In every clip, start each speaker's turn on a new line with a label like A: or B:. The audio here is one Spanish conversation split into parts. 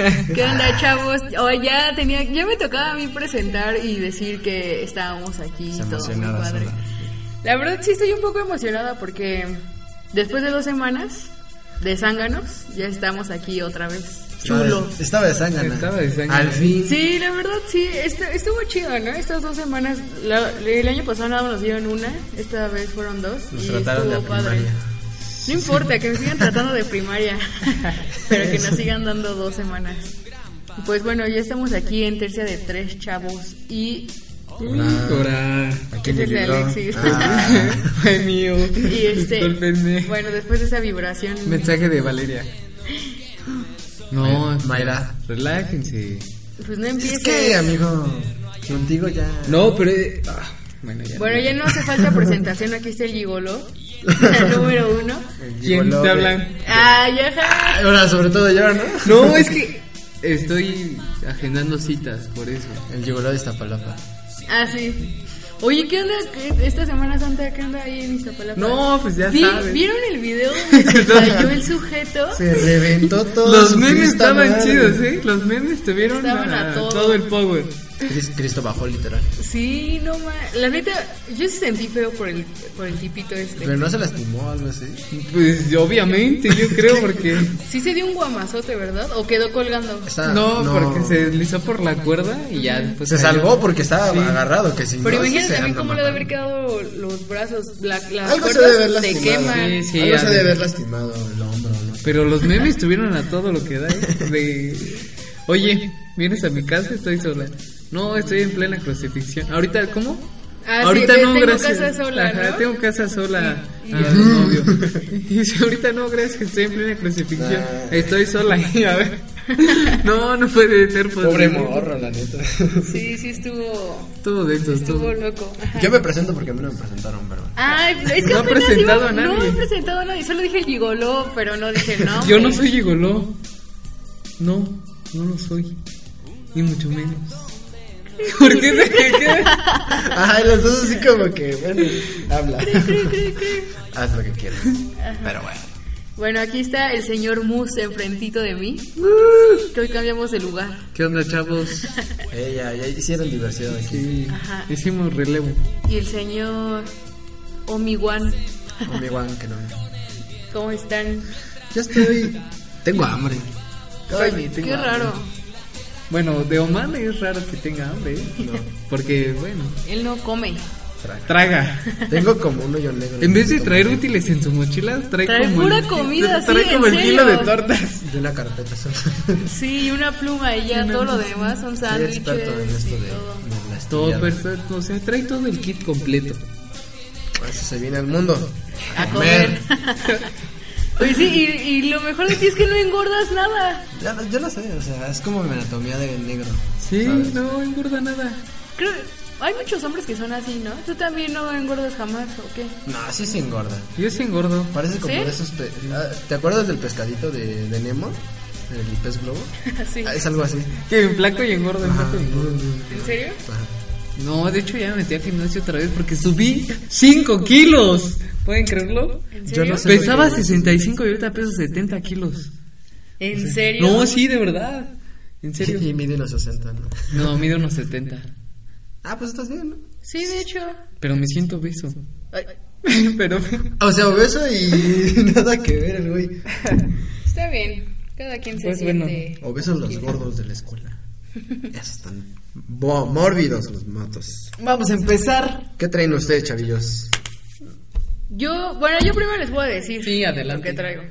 A: ¿Qué onda, chavos? O ya tenía, ya me tocaba a mí presentar y decir que estábamos aquí
B: Se
A: todos muy
B: emocionaba
A: padre.
B: sola.
A: La verdad sí estoy un poco emocionada porque después de dos semanas de zánganos ya estamos aquí otra vez. Chulo.
B: Estaba de- Estaba de zángana.
C: Estaba de zángana.
B: Al fin.
A: Sí, la verdad sí, est- estuvo chido, ¿no? Estas dos semanas, la- el año pasado nada más nos dieron una, esta vez fueron dos.
B: Nos
A: y
B: trataron de
A: estuvo padre.
B: primaria.
A: No importa, que me sigan tratando de primaria, pero que nos sigan dando dos semanas. Pues bueno, ya estamos aquí en tercia de tres chavos y...
C: Ahora.
B: Ah. ¿A quién
A: Ese
B: le
A: es de
B: libró?
A: Alexis.
B: Ah,
C: Fue mío.
A: Y este,
C: Discúlpenme.
A: bueno, después de esa vibración,
C: Mensaje de Valeria. No,
B: Eh, Mayra.
C: Relájense.
A: pues no empiece.
B: es que, amigo, contigo ya.
C: No, pero. eh, ah, bueno, ya.
A: Bueno, ya no hace falta presentación, aquí está el gigolo, número uno.
C: ¿Quién
B: Gigoló,
C: te
B: eh.
C: hablan?
A: Ay, ajá.
B: Ahora, sobre todo yo, ¿no?
C: No, es que estoy agendando citas, por eso.
B: El gigoló de Iztapalapa.
A: Ah, sí. Oye, ¿qué onda ¿Qué- esta Semana Santa? ¿Qué onda ahí en Iztapalapa?
C: No, pues ya
A: Vi-
C: sabes.
A: ¿Vieron el video donde se cayó el sujeto?
B: Se reventó todo.
C: Los
B: su
C: memes
B: Cristo,
C: estaban
B: madre.
C: chidos, ¿eh? Los memes tuvieron
A: Estaban a todo.
C: todo el power.
B: Cris- Cristo bajó literal.
A: Sí, no más. La neta, yo sí sentí feo por el, por el tipito este.
B: Pero no se lastimó o algo así.
C: Pues obviamente, yo creo, porque.
A: Sí se dio un guamazote, ¿verdad? ¿O quedó colgando?
B: Está-
C: no, porque se deslizó por la cuerda y ya después.
B: Ah, Se
C: cayó.
B: salvó porque estaba agarrado, que si
A: Pero
B: no,
A: imagínate
B: se
A: también
B: anda
A: cómo le debe
B: matando.
A: haber quedado los brazos. La, las
B: Algo se
A: cuerdas
B: debe haber
A: te
B: lastimado.
A: queman.
C: Sí, sí,
B: Algo
C: ya
B: se
C: de-
B: debe haber lastimado el hombro, ¿no?
C: Pero los memes tuvieron a todo lo que da. ¿eh? De, Oye, vienes a mi casa, estoy sola. No, estoy en plena crucifixión. Ahorita, ¿cómo?
A: Ah, sí,
C: ahorita
A: de tengo casa sola,
C: Ajá,
A: ¿no?
C: tengo casa sola.
A: Y-
C: Y, al novio. Y dice, ahorita no, gracias, estoy en plena crucifixión.
B: Nah.
C: Estoy sola. Y a ver. No, no puede ser
B: Pobre
C: posible.
B: morro, la neta.
A: Sí, sí estuvo,
C: Todo de estos,
A: estuvo
C: todo.
A: loco. Ajá.
B: Yo me presento porque a mí no me presentaron, pero.
A: Ay, pues, es que
C: No ha
A: apenas
C: presentado
A: iba-
C: a nadie.
A: No he presentado a nadie, solo dije el gigoló, pero no dije el nombre.
C: Yo no soy gigoló. No, no lo soy. Ni mucho menos. ¿Por qué te qué?
B: Ay, Ah, los dos así como que, bueno, habla. Haz lo que quieras. Pero bueno.
A: Bueno, aquí está el señor Muse enfrentito de mí.
C: Uh.
A: Que hoy cambiamos de lugar.
C: ¿Qué onda, chavos?
B: Ella, Eh, ya hicieron diversión aquí.
C: Sí,
A: Ajá.
C: hicimos relevo.
A: Y el señor Omiwan.
B: Con mi guan que no.
A: ¿Cómo están?
B: Yo estoy. Tengo hambre. Ay, tengo
A: Qué
B: hambre.
A: raro.
C: Bueno, de Oman es raro que tenga hambre, ¿eh? porque, bueno,
A: Él no come.
B: Traga.
C: traga.
B: Tengo como un hoyo negro.
C: En vez de traer útiles en su mochila, trae,
A: Trae
C: como
A: pura
C: el,
A: comida,
C: trae
A: sí,
C: como
A: en
C: el kilo
A: serio.
C: de tortas.
B: De una carpeta solo.
A: Sí, y una pluma y ya todo lo demás son
B: Soy
A: sándwiches.
B: experto en esto
A: y
B: de,
A: todo.
B: de las
C: Todo,
B: tilladas.
C: perso- o sea, trae todo el kit completo.
B: Por eso se viene al mundo.
A: A comer. Pues sí, y, y lo mejor de ti es que no engordas nada.
B: Ya, yo lo sé, o sea, es como mi anatomía de negro.
C: Sí,
B: ¿sabes?
C: no engorda nada.
A: Creo, hay muchos hombres que son así, ¿no? Tú también no engordas jamás, ¿o qué?
B: No, así se engorda.
C: Yo sí engordo.
B: Parece como
A: ¿Sí?
B: de esos. pe- ah, ¿Te acuerdas del pescadito de, de Nemo? El pez globo.
A: Sí.
B: Ah, es algo así.
C: Que me flaco y engordo.
B: Ajá.
C: flaco y engordo.
A: ¿En serio?
B: Ajá.
C: No, de hecho ya me metí al gimnasio otra vez porque subí 5 kilos. ¿Pueden creerlo?
A: ¿En
B: Yo
A: serio?
B: no sé.
C: Pesaba 65 y ahorita peso 70 kilos.
A: ¿En serio?
C: No, sí, de verdad. En serio.
B: Y mide los 60, ¿no?
C: No, mido unos 70.
B: Ah, pues estás bien, ¿no?
A: Sí, de hecho.
C: Pero me siento obeso.
A: Ay,
C: Pero.
B: O sea, obeso y nada que ver, el güey.
A: Está bien. Cada quien se
C: Pues bueno.
A: siente.
B: Obesos los gordos de la escuela. Esos están bo- mórbidos los matos.
C: Vamos a empezar.
B: ¿Qué traen ustedes, chavillos?
A: Yo, bueno, yo primero les voy a decir
C: Sí, adelante.
A: lo que traigo.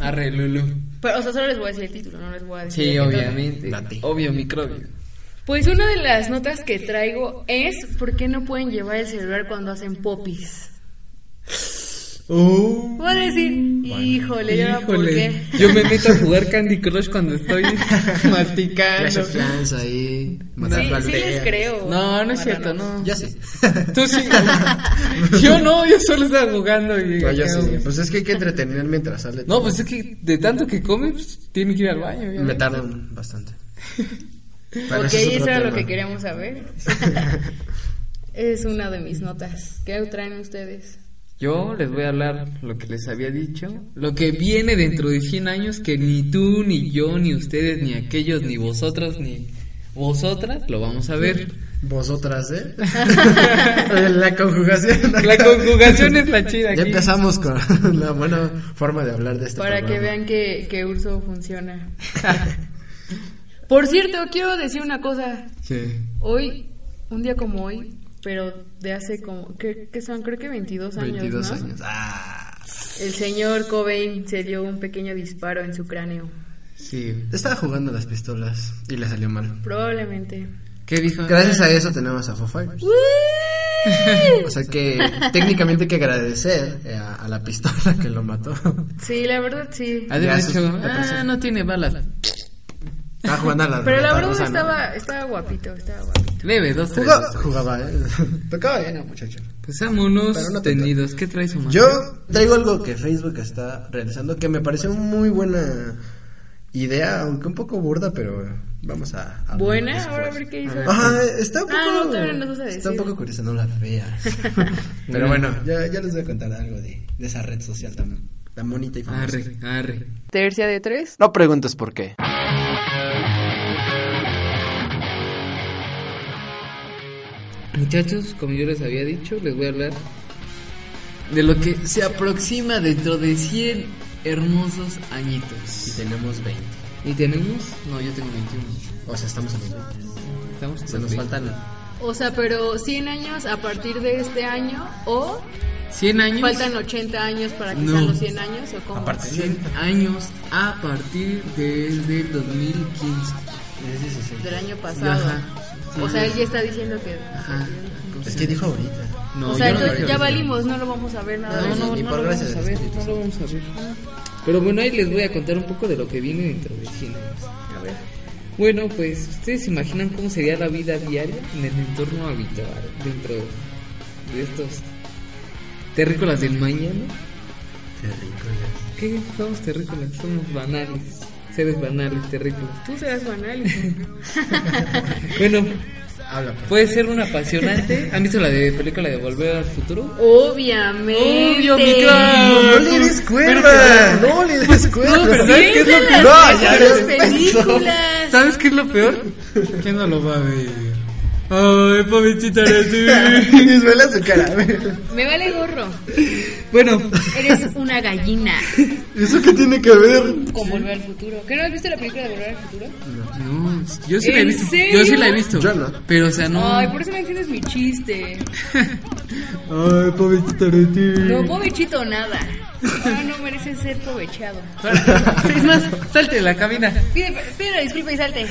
C: Arre, Lulu.
A: Pero, o sea, solo les voy a decir el título, no les voy a decir.
C: Sí,
A: el título.
C: obviamente.
B: Date.
C: Obvio, microbio.
A: Pues una de las notas que traigo es ¿por qué no pueden llevar el celular cuando hacen popis?
B: Uh,
A: Voy a decir, híjole, ¿y ahora ¿por qué?
C: Yo me meto a jugar Candy Crush cuando estoy masticando.
B: Flash ahí.
A: Sí,
B: Matando
A: sí les
B: aldeas.
A: creo.
C: No, no es cierto, no.
B: Ya sé.
C: Tú sí. yo no, yo solo estaba jugando y.
B: No, yo sí.
C: acabo-
B: Pues es que hay que entretener mientras sale.
C: No, pues es que de tanto que come, pues, tiene que ir al baño.
B: Me
C: obviamente.
B: tardan bastante. Pero
A: ok,
B: ese es
A: eso
B: otro
A: era lo
B: tema.
A: que queríamos saber. es una de mis notas. ¿Qué traen ustedes?
C: Yo les voy a hablar lo que les había dicho, lo que viene dentro de 100 años que ni tú, ni yo, ni ustedes, ni aquellos, ni vosotros, ni vosotras lo vamos a ver.
B: Vosotras, ¿eh? la conjugación.
C: La conjugación es la chida.
B: Ya
C: aquí.
B: empezamos con la buena forma de hablar de este
A: Para que
B: programa.
A: vean que, que Urso funciona. Por cierto, quiero decir una cosa.
B: Sí.
A: Hoy, un día como hoy, pero de hace como, ¿qué, qué son? Creo que 22 años.
B: 22
A: ¿no?
B: años. Ah,
A: El señor Cobain se dio un pequeño disparo en su cráneo.
B: sí. Estaba jugando las pistolas y le salió mal.
A: Probablemente.
C: ¿Qué dijo?
B: Gracias a eso tenemos a Foo Fighters. O sea que técnicamente hay que agradecer eh, a, a la pistola que lo mató.
A: Sí, la verdad sí.
C: Ha de haber
B: Ya,
C: dicho,
B: sus- la
C: ah,
B: persona.
C: no tiene balas.
B: Estaba jugando
C: Ah,
B: a la
A: Pero la
B: ruleta
A: verdad
B: rusa, ¿no?
A: estaba, estaba guapito, estaba guapito.
C: Leve, dos, tres.
B: Jugaba,
C: dos, tres.
B: jugaba, eh. Tocaba bien, eh, muchacho.
C: Pues vámonos
B: Pero no te-
C: tendidos. ¿Qué traes, Omar?
B: Yo traigo algo que Facebook está realizando que me parece muy buena idea, aunque un poco burda, pero vamos a. a
A: Buena,
B: después.
A: ahora a ver qué hizo.
B: Ajá, está un poco.
A: Ah, no, todavía no nos vas a
B: Está un
A: decir.
B: poco curiosa, no la veas. pero bueno, Mm, ya, ya les voy a contar algo de, de esa red social tan, tan bonita y famosa.
C: Arre, arre.
A: Tercia de tres.
B: No preguntes por qué.
C: Muchachos, como yo les había dicho, les voy a hablar de lo que se aproxima dentro de 100 hermosos
B: Y
C: añitos.
B: tenemos 20.
C: ¿Y tenemos? No, yo tengo 21.
B: O sea, estamos en los 20.
C: Estamos en
B: Se nos
C: los 20.
B: faltan.
A: O sea, pero 100 años a partir de este año o
C: 100 años.
A: faltan 80 años para que
C: No.
A: sean los 100 años o cómo.
B: Aparte,
C: 100 años a partir desde el 2015.
B: es 16.
A: Del año pasado.
C: Ajá.
A: O sea, él ya está diciendo que...
C: Ajá. Pues
B: Es que dijo ahorita.
C: No,
A: o sea,
C: yo no
A: entonces
C: lo
A: ya
C: creo.
A: valimos, no lo vamos a ver nada. de
C: No,
A: eso.
C: no,
B: Ni
C: no
B: por
C: lo
B: gracia
C: vamos a
B: de
C: ver,
B: Dios.
C: no lo vamos a ver. Pero bueno, ahí les voy a contar un poco de lo que viene dentro de 100 años.
A: A ver.
C: Bueno, pues ustedes se imaginan cómo sería la vida diaria en el entorno habitual, dentro de estos terrícolas del mañana.
B: Qué rico,
C: ¿Qué somos terrícolas? Somos banales, seres banales, terrícolas.
A: Tú serás banal. hijo.
C: Bueno,
B: ya. Habla,
A: pues.
B: por
C: puede ser una apasionante. ¿Han visto la de película de Volver al Futuro?
A: Obviamente.
C: Obvio, mi claro.
B: No le des cuerda, Pues, no le des cuerda.
C: no, pero
B: ¿Sabes
C: sí,
B: qué es
C: de
B: lo que
A: las
B: no? Ya
A: las
B: le empezó.
A: películas.
C: ¿Sabes qué es lo peor? Que no lo va a ver. Ay, pobrecita de ti.
B: Y suela su cara.
A: Me vale gorro.
C: Bueno,
A: Eres una gallina.
B: ¿Eso qué tiene que ver?
A: Con Volver al Futuro. ¿Qué no has visto la película de Volver al Futuro?
C: No, yo sí la he
A: ¿En
C: visto.
A: serio?
C: Yo sí la he visto.
B: Yo no.
C: Pero, o sea, no.
A: Ay, por eso no entiendes mi chiste.
B: Ay, pobrecita de ti.
A: No, pobechito nada. Ahora no mereces ser pobechado.
C: pues, Es más, salte de la cabina.
A: Pide, pide la disculpa y salte.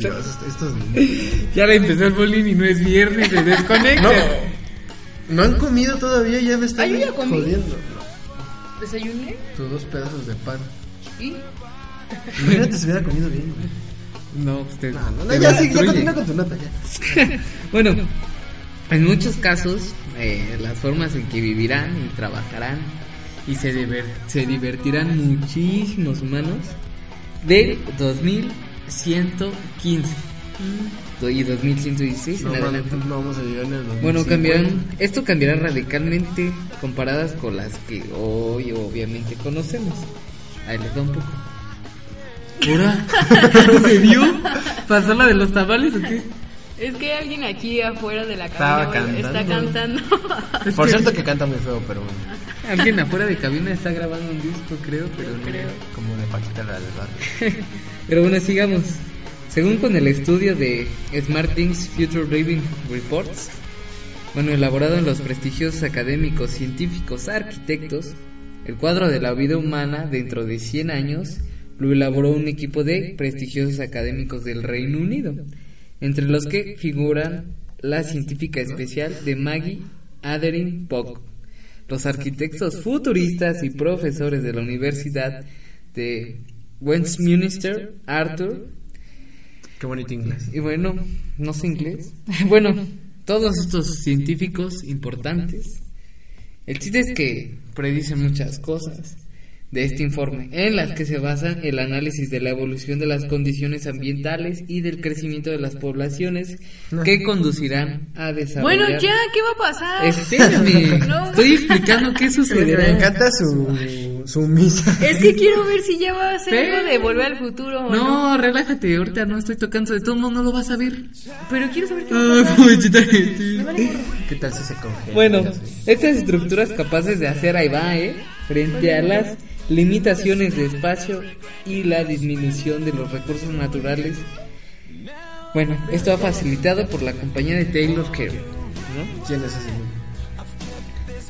B: Dios, esto- esto es muy-
C: Ya le empezó el bullying y no es viernes, se desconecta.
B: No. No han comido todavía, ya me están
A: Ay, yo ya comí.
B: jodiendo.
A: Desayuné
B: Tus dos pedazos de pan.
A: y
B: Imagínate si hubiera comido bien. güey.
C: No, usted.
B: No, no, no,
C: te
B: ya sí, ya
C: destruye.
B: continúa con tu nota ya.
C: Bueno, en muchos casos, eh, las formas en que vivirán y trabajarán y se, diver- se divertirán muchísimos humanos del 2115 y 2116
B: No,
C: en
B: man,
C: adelante.
B: no vamos a llegar en el 2050.
C: Bueno, cambiarán, esto cambiará radicalmente comparadas con las que hoy obviamente conocemos. Ahí les da un poco. ¿Ahora? ¿Qué sucedió? ¿Pasó la de los tamales o qué?
A: Es que alguien aquí afuera de la
B: Estaba
A: cabina está
B: cantando.
A: cantando.
B: Por cierto que canta muy feo, pero bueno.
C: Alguien afuera de cabina está grabando un disco, creo, pero no.
B: Como de Paquita la del barrio.
C: Pero bueno, sigamos. Según con el estudio de Smart Things Future Living Reports, bueno, elaborado en los prestigiosos académicos, científicos, arquitectos, el cuadro de la vida humana dentro de 100 años lo elaboró un equipo de prestigiosos académicos del Reino Unido, entre los que figuran la científica especial de Maggie Adering Pock, los arquitectos futuristas y profesores de la Universidad de Westminster, Arthur
B: Qué bonito inglés.
C: y bueno, no sé inglés. Bueno, todos estos científicos importantes. El chiste es que predicen muchas cosas. de este informe, en las que se basa el análisis de la evolución de las condiciones ambientales y del crecimiento de las poblaciones que conducirán a desarrollar.
A: Bueno, ya, ¿qué va a pasar?
C: Espérame,
A: No.
C: estoy explicando qué
B: Me
C: sucederá.
B: encanta su, su misa.
A: Es que quiero ver si ya va a ser
C: Pero-
A: algo de volver al futuro o no.
C: No, relájate, ahorita no estoy tocando, de todo mundo no lo vas a ver.
A: Pero quiero saber qué va a
C: Ah,
A: pasar.
C: pobrecita de ti.
A: Me vale gorro.
B: ¿Qué tal si se congela?
C: Bueno, estas estructuras capaces de hacer ahí va, ¿eh? Frente a las limitaciones de espacio y la disminución de los recursos naturales. Bueno, esto ha facilitado por la compañía de Taylor Care. ¿no?
B: ¿Quién es ese?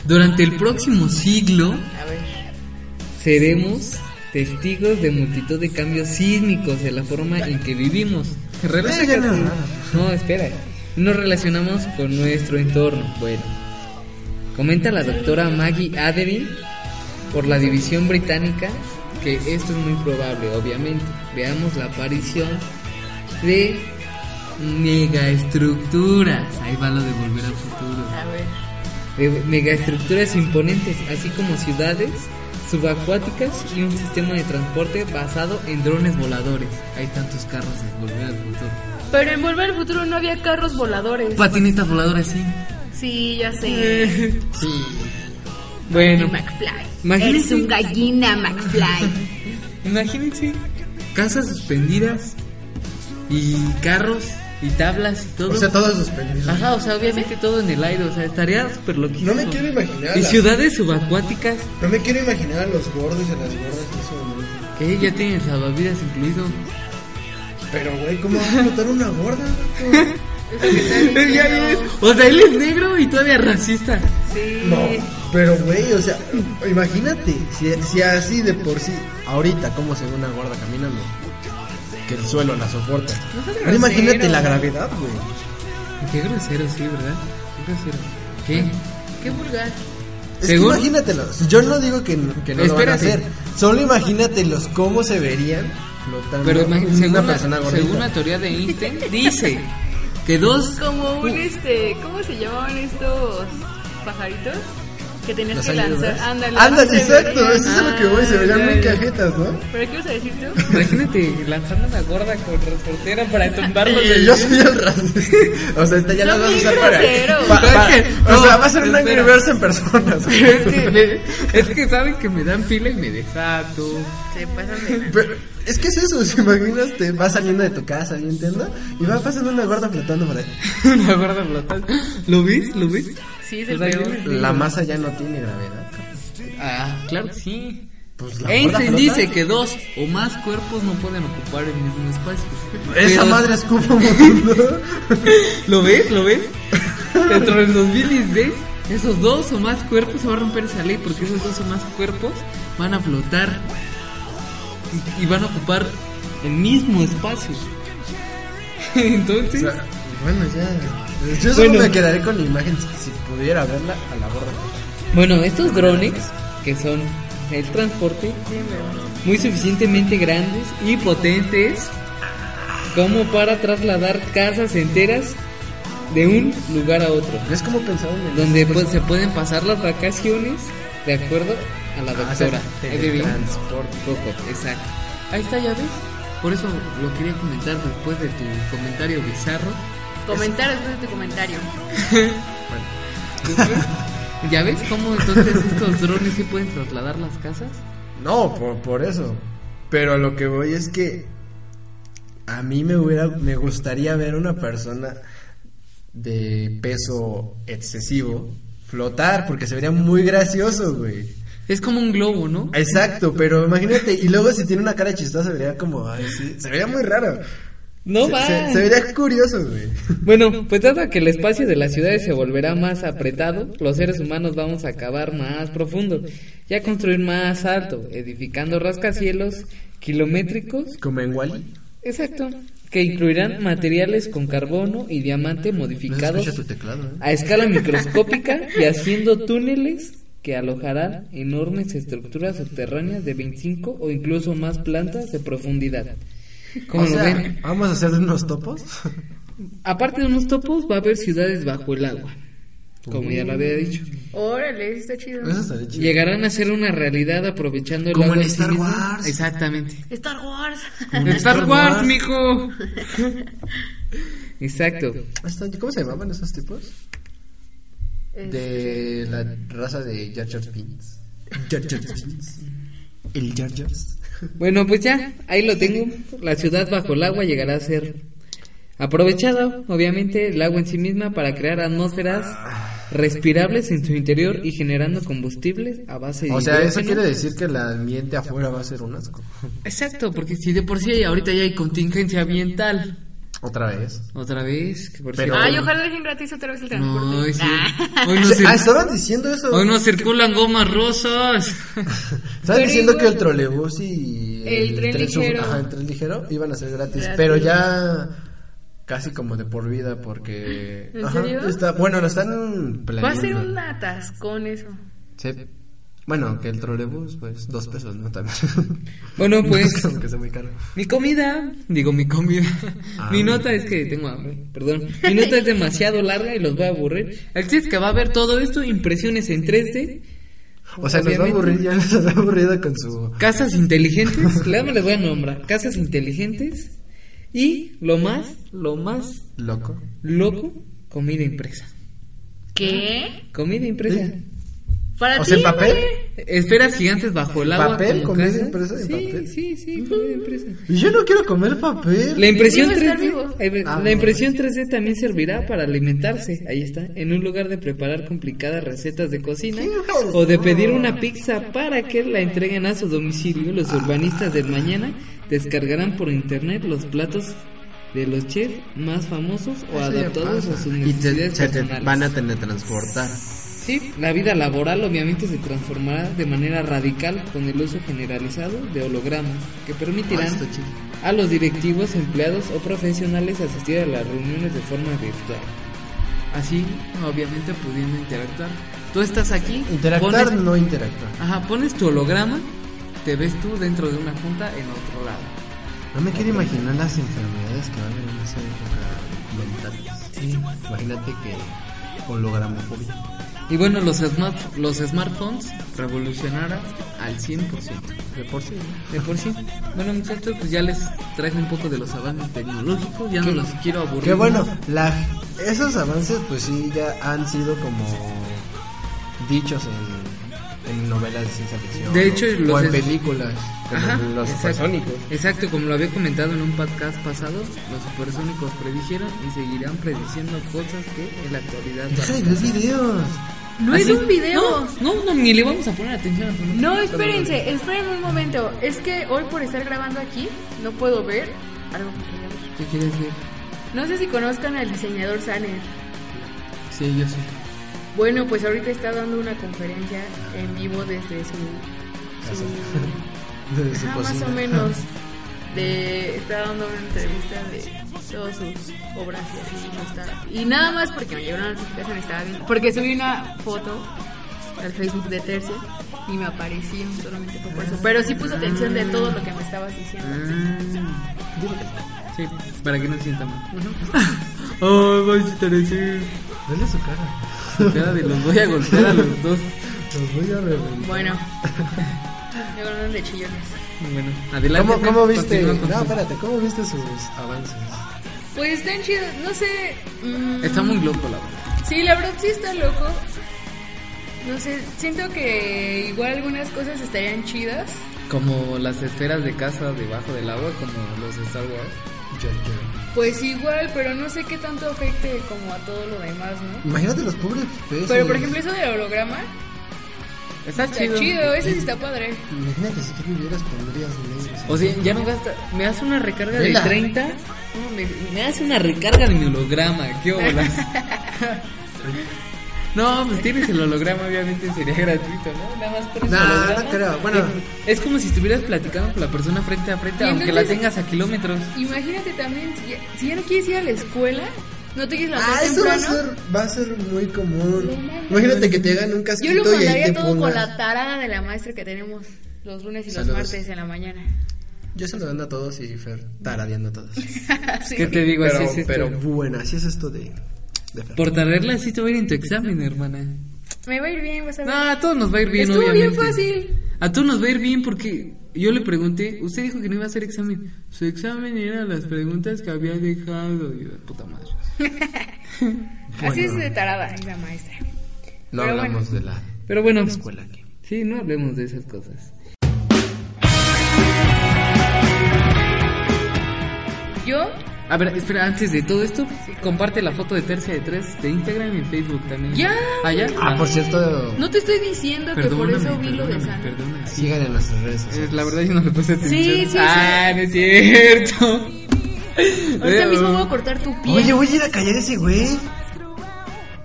C: Durante el próximo siglo
A: A ver.
C: seremos testigos de multitud de cambios sísmicos de la forma en que vivimos. Relájate.
B: no es nada.
C: No, espera. Nos relacionamos con nuestro entorno. Bueno, comenta la doctora Maggie Aderin por la división británica que esto es muy probable, obviamente. Veamos la aparición de megaestructuras. Ahí va lo de volver al futuro
A: A ver.
C: de megaestructuras imponentes, así como ciudades subacuáticas y un sistema de transporte basado en drones voladores. Hay tantos carros en Volver al Futuro.
A: Pero en Volver al Futuro no había carros voladores.
C: Patinetas voladoras, sí.
A: Sí, ya sé.
B: Sí.
C: Bueno,
A: McFly.
C: Imagínense.
A: Eres un gallina, McFly.
C: imagínense casas suspendidas y carros y tablas y todo.
B: O sea, todos suspendidos.
C: Ajá, o sea, obviamente todo en el aire, o sea, estaría súper loquísimo.
B: No me quiero imaginar.
C: Y
B: las-
C: ciudades subacuáticas
B: No me quiero imaginar a los gordos y a las gordas en ese momento.
C: que ya tienen salvavidas incluido.
B: Pero, güey, ¿cómo vas a matar una gorda?
C: Ya ves, O sea, él es negro y todavía racista.
A: Sí.
B: No, pero güey, o sea, imagínate, si, si así de por sí, ahorita como se ve una gorda caminando, que el suelo la soporta.
A: No seas
B: Ahora imagínate
A: grosero.
B: la gravedad, güey.
C: Qué grosero, sí, ¿verdad? Qué grosero. ¿Qué?
A: Qué vulgar.
B: Es que
C: ¿Según?
B: imagínatelos, yo no digo que, n- que no lo van a
C: Espérate.
B: hacer, solo imagínatelos cómo se verían flotando
C: Pero imagi- según,
B: una
C: la,
B: persona gordita.
C: según la teoría de Einstein, dice que dos...
A: Como
B: Uh.
A: un este, ¿cómo se llamaban estos pajaritos? Que tenías
B: Los
A: que
B: aliens,
A: lanzar.
B: ¿verdad?
A: Ándale.
B: Ándale,
A: no se
B: exacto,
A: veían.
B: eso es a lo que voy, se
A: Ah,
B: verían
A: ya,
B: muy
A: ya.
B: cajetas, ¿no?
A: ¿Pero qué vas a decir tú?
C: Imagínate lanzando una gorda con resortera para tumbarlos del-
B: Yo soy el racista. O sea, esta ya
A: Son
B: la vas a
A: bien
B: usar para.
A: groseros.
B: pa-
C: Pero es
B: pa-
C: que-
B: o sea,
C: no,
B: va a ser un Angry
C: espera.
B: Birds en personas.
C: Pero es que, me- es que saben que me dan pila y me desato.
A: Se pasan de
B: Pero es que es eso, ¿se imaginas? Te vas saliendo de tu casa, bien tienda, y va pasando una gorda flotando por ahí.
C: Una gorda flotante. ¿Lo ves? ¿Lo ves?
A: Sí, es el
B: Pues
C: O sea,
A: peor.
C: yo-
B: La masa ya no tiene gravedad.
C: Ah, claro que sí.
B: Pues la
C: Einstein
B: gorda flota.
C: dice que dos o más cuerpos no pueden ocupar el mismo espacio.
B: Esa
C: Pero-
B: madre escupa un mundo.
C: ¿Lo ves? ¿Lo ves? Dentro del 2010, esos dos o más cuerpos se va a romper esa ley porque esos dos o más cuerpos van a flotar y, y van a ocupar el mismo espacio.
B: O
C: Entonces,
B: sea, bueno, ya. Yo solo
C: Bueno.
B: me quedaré con la imagen si- si pudiera verla a la gorda.
C: bueno, estos drones que son el transporte muy suficientemente grandes y potentes como para trasladar casas enteras de un lugar a otro.
B: Es como pensaba en el-
C: donde pues, se pueden pasar las vacaciones de acuerdo a la
B: Ah, o sea,
C: doctora. Ahí te vi.
B: teletransporte.
C: Poco, exacto. Ahí está, ya ves. Por eso lo quería comentar después de tu comentario bizarro.
A: Comentar después de tu comentario.
C: ¿Ya ves cómo entonces estos drones sí pueden trasladar las casas?
B: No, por, por eso. Pero a lo que voy es que a mí me hubiera, me gustaría ver una persona de peso excesivo flotar, porque se vería muy gracioso, güey.
C: Es como un globo, ¿no?
B: Exacto, pero imagínate, y luego si tiene una cara chistosa se vería como, ay, sí, se vería muy raro.
C: No
B: se,
C: va.
B: se- se vería curioso, güey.
C: Bueno, pues dado que el espacio de las ciudades se volverá más apretado, los seres humanos vamos a acabar más profundo y a construir más alto, edificando rascacielos kilométricos
B: Como en Wally.
C: Exacto. Que incluirán materiales con carbono y diamante
B: Pues
C: modificados
B: teclado, ¿eh?
C: a escala microscópica y haciendo túneles que alojarán enormes estructuras subterráneas de 25 o incluso más plantas de profundidad. Como
B: O
C: lo
B: sea,
C: ven,
B: vamos a hacer unos topos.
C: aparte de unos topos va a haber ciudades bajo el agua. como ya lo había dicho.
A: Órale, está chido.
C: Pues
B: Eso estaría chido.
C: Llegarán a ser una realidad aprovechando el
B: Como
C: agua
B: en Star
C: misma.
B: Wars.
C: Exactamente.
A: Star Wars.
B: Como en
C: Star
B: Star
C: Wars,
B: Wars.
C: mijo. Exacto.
B: Hasta- ¿Cómo se llamaban esos tipos? De la raza de Jar Jar Binks. Jar Jar Binks. El Jar Jar.
C: Bueno, pues ya, ahí lo tengo. La ciudad bajo el agua llegará a ser aprovechada, obviamente, el agua en sí misma para crear atmósferas respirables en su interior y generando combustibles a base de
B: O sea, eso
C: hidrógeno.
B: quiere decir que el ambiente afuera va a ser un asco.
C: Exacto, porque si de por sí ahorita ya hay contingencia ambiental.
B: Otra vez.
C: Otra vez, que por
B: Pero-
A: Ay,
C: cierto-
A: ojalá dejen gratis otra vez el transporte.
C: No, es
A: Ah.
C: cierto. hoy no, cir-
B: Ah, estaban diciendo eso.
C: hoy no circulan gomas rosas.
B: Estaban
A: Pero
B: diciendo
A: igual-
B: que el trolebús y
A: El tren
B: sub-
A: ligero.
B: ajá, el tren ligero iban a ser gratis,
A: Gratis.
B: pero ya casi como de por vida porque
A: ¿En serio?
B: está, bueno, lo están planeando.
A: Va a ser un atascón eso.
B: Sí. Bueno, que el trolebús pues dos pesos, ¿no? También.
C: Bueno, pues
B: Como que sea muy caro.
C: Mi comida, digo mi comida,
B: Ah.
C: mi nota es que tengo hambre, perdón, mi nota es demasiado larga y los voy a aburrir. El chiste es que va a ver todo esto, impresiones en 3D,
B: O sea, nos va a
C: Obviamente.
B: aburrir, ya nos ha aburrido con su
C: casas inteligentes, luego les voy a nombrar, casas inteligentes y lo más, lo más
B: loco.
C: loco, comida impresa.
A: ¿Qué?
C: Comida impresa.
A: Para
B: O
A: ti.
B: sea, en papel.
A: güey.
C: Esferas gigantes bajo el agua.
B: ¿Papel?
C: como
B: ¿Comida
C: casas.
B: impresa en
C: Sí,
B: papel?
C: sí, sí, comida impresa.
B: Yo no quiero comer papel.
C: La impresión
A: Vivo estar
C: 3D,
A: vivo.
C: eh,
B: Ah,
C: la
B: bueno.
C: impresión 3D también servirá para alimentarse, ahí está, en un lugar de preparar complicadas recetas de cocina o de pedir una pizza para que la entreguen a su domicilio. Los urbanistas del mañana descargarán por internet los platos de los chefs más famosos
B: Eso
C: o
B: ya
C: adaptados a
B: pasa.
C: sus
B: y te,
C: necesidades
B: se te
C: personales.
B: van a teletransportar.
C: Sí, la vida laboral obviamente se transformará de manera radical con el uso generalizado de hologramas que
B: Ah,
C: permitirán
B: está chido.
C: a los directivos, empleados o profesionales asistir a las reuniones de forma virtual. Así, obviamente pudiendo interactuar. Tú estás aquí,
B: Interactar,
C: pones,
B: no interactar.
C: ajá, pones tu holograma, te ves tú dentro de una junta en otro lado.
B: No me quiero imaginar las enfermedades que van a haber en esa época mentales. Imagínate que hologramofobia.
C: Y bueno, los, smart- los smartphones revolucionarán al 100%.
B: De por sí.
C: De por sí. Bueno, muchachos, pues ya les traje un poco de los avances tecnológicos. Ya no los quiero aburrir.
B: Que bueno,
C: más.
B: la, esos avances pues sí ya han sido como dichos en, en novelas de ciencia ficción.
C: De hecho,
B: o,
C: los
B: o en
C: es-
B: películas, como
C: Ajá,
B: los supersónicos.
C: Exacto, como lo había comentado en un podcast pasado, los supersónicos predijeron y seguirán prediciendo cosas que en la actualidad.
B: Deja de ver videos.
A: No es
C: Así-
A: un video.
C: No, no, no, ni le vamos a poner atención a su nota.
A: No, espérense, espérenme un momento. Es que hoy por estar grabando aquí no puedo ver algo que quería ver.
C: ¿Qué quieres ver?
A: No sé si conozcan al diseñador Saner.
C: Sí, yo sé.
A: Bueno, pues ahorita está dando una conferencia en vivo desde su... su-
B: Desde su
A: Ajá, más
B: cocina.
A: o menos. De, está dando una entrevista de todas sus obras y así, no está- Y nada más porque me llegó una notificación, estaba viendo. Porque subí una foto al Facebook de Tercia y me apareció solamente fue por eso. Pero sí puse atención de todo lo que me estabas diciendo.
C: Ah. Sí, para que no se sienta mal. Oh, voy a decir.
B: Dale su cara.
C: Cada de los voy a golpear a los dos.
B: Los voy a reventar.
A: Bueno, me ganaron de chillones.
C: Bueno, adelante.
B: ¿Cómo,
C: Fer,
B: cómo viste?
C: continúa con
B: No,
C: tus-
B: espérate, ¿cómo viste sus avances?
A: Pues están chidos, no sé. mm,
C: Está muy loco la verdad.
A: Sí, la verdad sí está loco. No sé, siento que igual algunas cosas estarían chidas.
C: Como las esferas de casa debajo del agua, como los de Star Wars.
B: Yo, yo.
A: Pues igual, pero no sé qué tanto afecte como a todo lo demás, ¿no?
B: Imagínate los pobres peces.
A: Pero por ejemplo, eso del holograma
C: Está
A: está chido, ese sí está padre.
B: Imagínate si tú vivieras, pondrías negros.
C: O sea, ya no gasta. Me hace una recarga
B: Vela.
C: de 30. No, me, me hace una recarga de mi holograma. ¿Qué olas? no, pues tienes el holograma, obviamente sería gratuito, ¿no? Nada más por el
B: No,
C: holograma.
B: no creo. Bueno.
C: Eh, Es como si estuvieras platicando con la persona frente a frente,
A: Y
C: aunque la
A: entonces-
C: tengas a kilómetros.
A: Imagínate también, si ya, si ya no quieres ir a la escuela, no te quieres
B: Ah,
A: levantar
B: eso va a
A: temprano.
B: ser, va a ser muy
A: Lo
B: común.
A: mandas.
B: Imagínate que te hagan un
A: Yo
B: casquito
A: lo
B: y ahí
A: mandaría
B: te
A: todo con la
B: pongan.
A: tarada de la maestra que tenemos los lunes y los
B: Saludos.
A: martes en la mañana.
B: Yo se lo dando a todos y Fer taradeando a todos.
A: Sí.
C: ¿Qué te digo?
B: pero,
C: Así es esto.
B: pero bueno, así es esto de De Fer.
C: Por tardarla así te va a ir en tu examen, hermana.
A: Me va a ir bien, vas a
C: No,
A: ver.
C: a todos nos va a ir bien,
A: Estuvo
C: obviamente.
A: bien fácil.
C: A todos nos va a ir bien porque yo le pregunté, usted dijo que no iba a hacer examen. Su examen eran las preguntas que había dejado. Y yo, puta madre.
A: Así es
B: Bueno.
A: de tarada la maestra.
B: No
A: Pero
B: hablamos
A: bueno.
B: de la
C: Pero bueno,
B: escuela aquí.
C: sí, no hablemos de esas cosas.
A: Yo,
C: A ver, espera, antes de todo esto, comparte la foto de Tercia de Tres de Instagram y Facebook también.
A: Ya. pues,
C: ¿Allá?
B: Ah, por cierto,
A: no te estoy diciendo que por eso vi lo de Sana.
C: Perdóname, sí.
B: sigan en nuestras redes
C: Eh,
B: sociales.
C: La verdad yo no le puse atención.
A: Sí, sí,
C: ah, no es cierto.
A: Ahorita
C: Eh,
A: mismo voy a cortar tu pie.
B: Oye, voy a ir a callar a ese güey.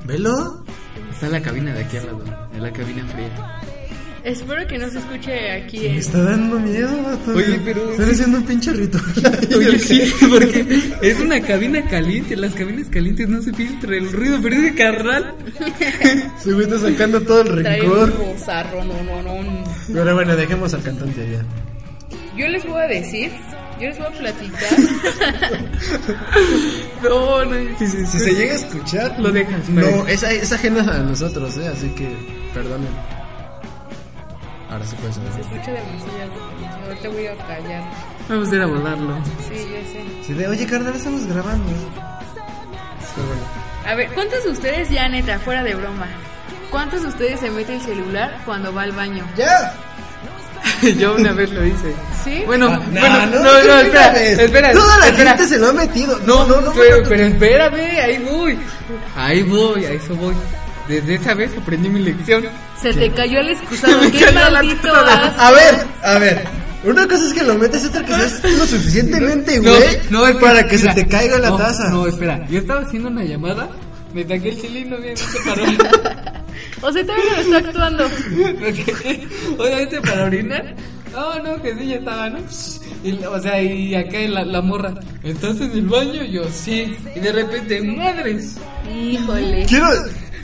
B: ¿Velo?
C: Está la cabina de aquí al lado, en la cabina fría.
A: Espero que no se escuche aquí.
B: Me
A: eh.
B: está dando miedo, vato.
C: Oye, pero-
B: Están haciendo un pinche ritual.
C: Oye, sí, porque es una cabina caliente, las cabinas calientes no se filtra el ruido, pero ese carnal.
B: Se me está sacando todo el
A: Trae un
B: rencor.
A: bozarro, no, no, no.
B: Pero bueno, dejemos al cantante ya.
A: Yo les voy a decir, yo les voy a platicar. no, no.
C: Si, si- si
B: Si se llega a escuchar,
C: Lo dejas,
B: No,
C: Mike.
B: es, es ajena a nosotros, ¿eh? Así que, perdonen. Ahora sí puede
A: Se
B: sonar.
A: escucha demasiado. Ahorita voy a callar.
C: Vamos a ir a volarlo.
A: Sí, ya sé.
B: Sí, de, oye, carnal, estamos grabando.
C: Pero bueno.
A: A ver, ¿cuántos de ustedes ya neta, fuera de broma? ¿Cuántos de ustedes se mete el celular cuando va al baño?
B: ¡Ya!
C: Yo una vez lo hice.
A: ¿Sí?
C: Bueno,
B: Ah,
C: bueno, no, no,
B: una
C: espera,
B: vez.
C: espera.
B: Toda la
C: espera.
B: gente se lo ha metido.
C: No, no, no, pero,
B: no.
C: pero espérame, ahí voy. Ahí voy, a eso voy. Desde esa vez aprendí mi lección.
A: se te cayó el excusado.
C: Me
A: ¡Qué
C: cayó la
A: maldito
C: toda.
A: asco!
B: A ver, a ver. Una cosa es que lo metes, otra que seas lo suficientemente güey
C: espera,
B: para que se
C: mira.
B: te caiga la
C: No,
B: taza.
C: No, espera, yo estaba haciendo una llamada, me saqué el chile y no vi, no se paró.
A: O sea, todavía lo está actuando.
C: Porque, Obviamente ¿este para orinar. No, no, que sí, ya estaba, ¿no? Y, la- o sea, y acá la, la morra. Entonces en el baño yo sí. Y de repente, madres.
A: Híjole.
B: Quiero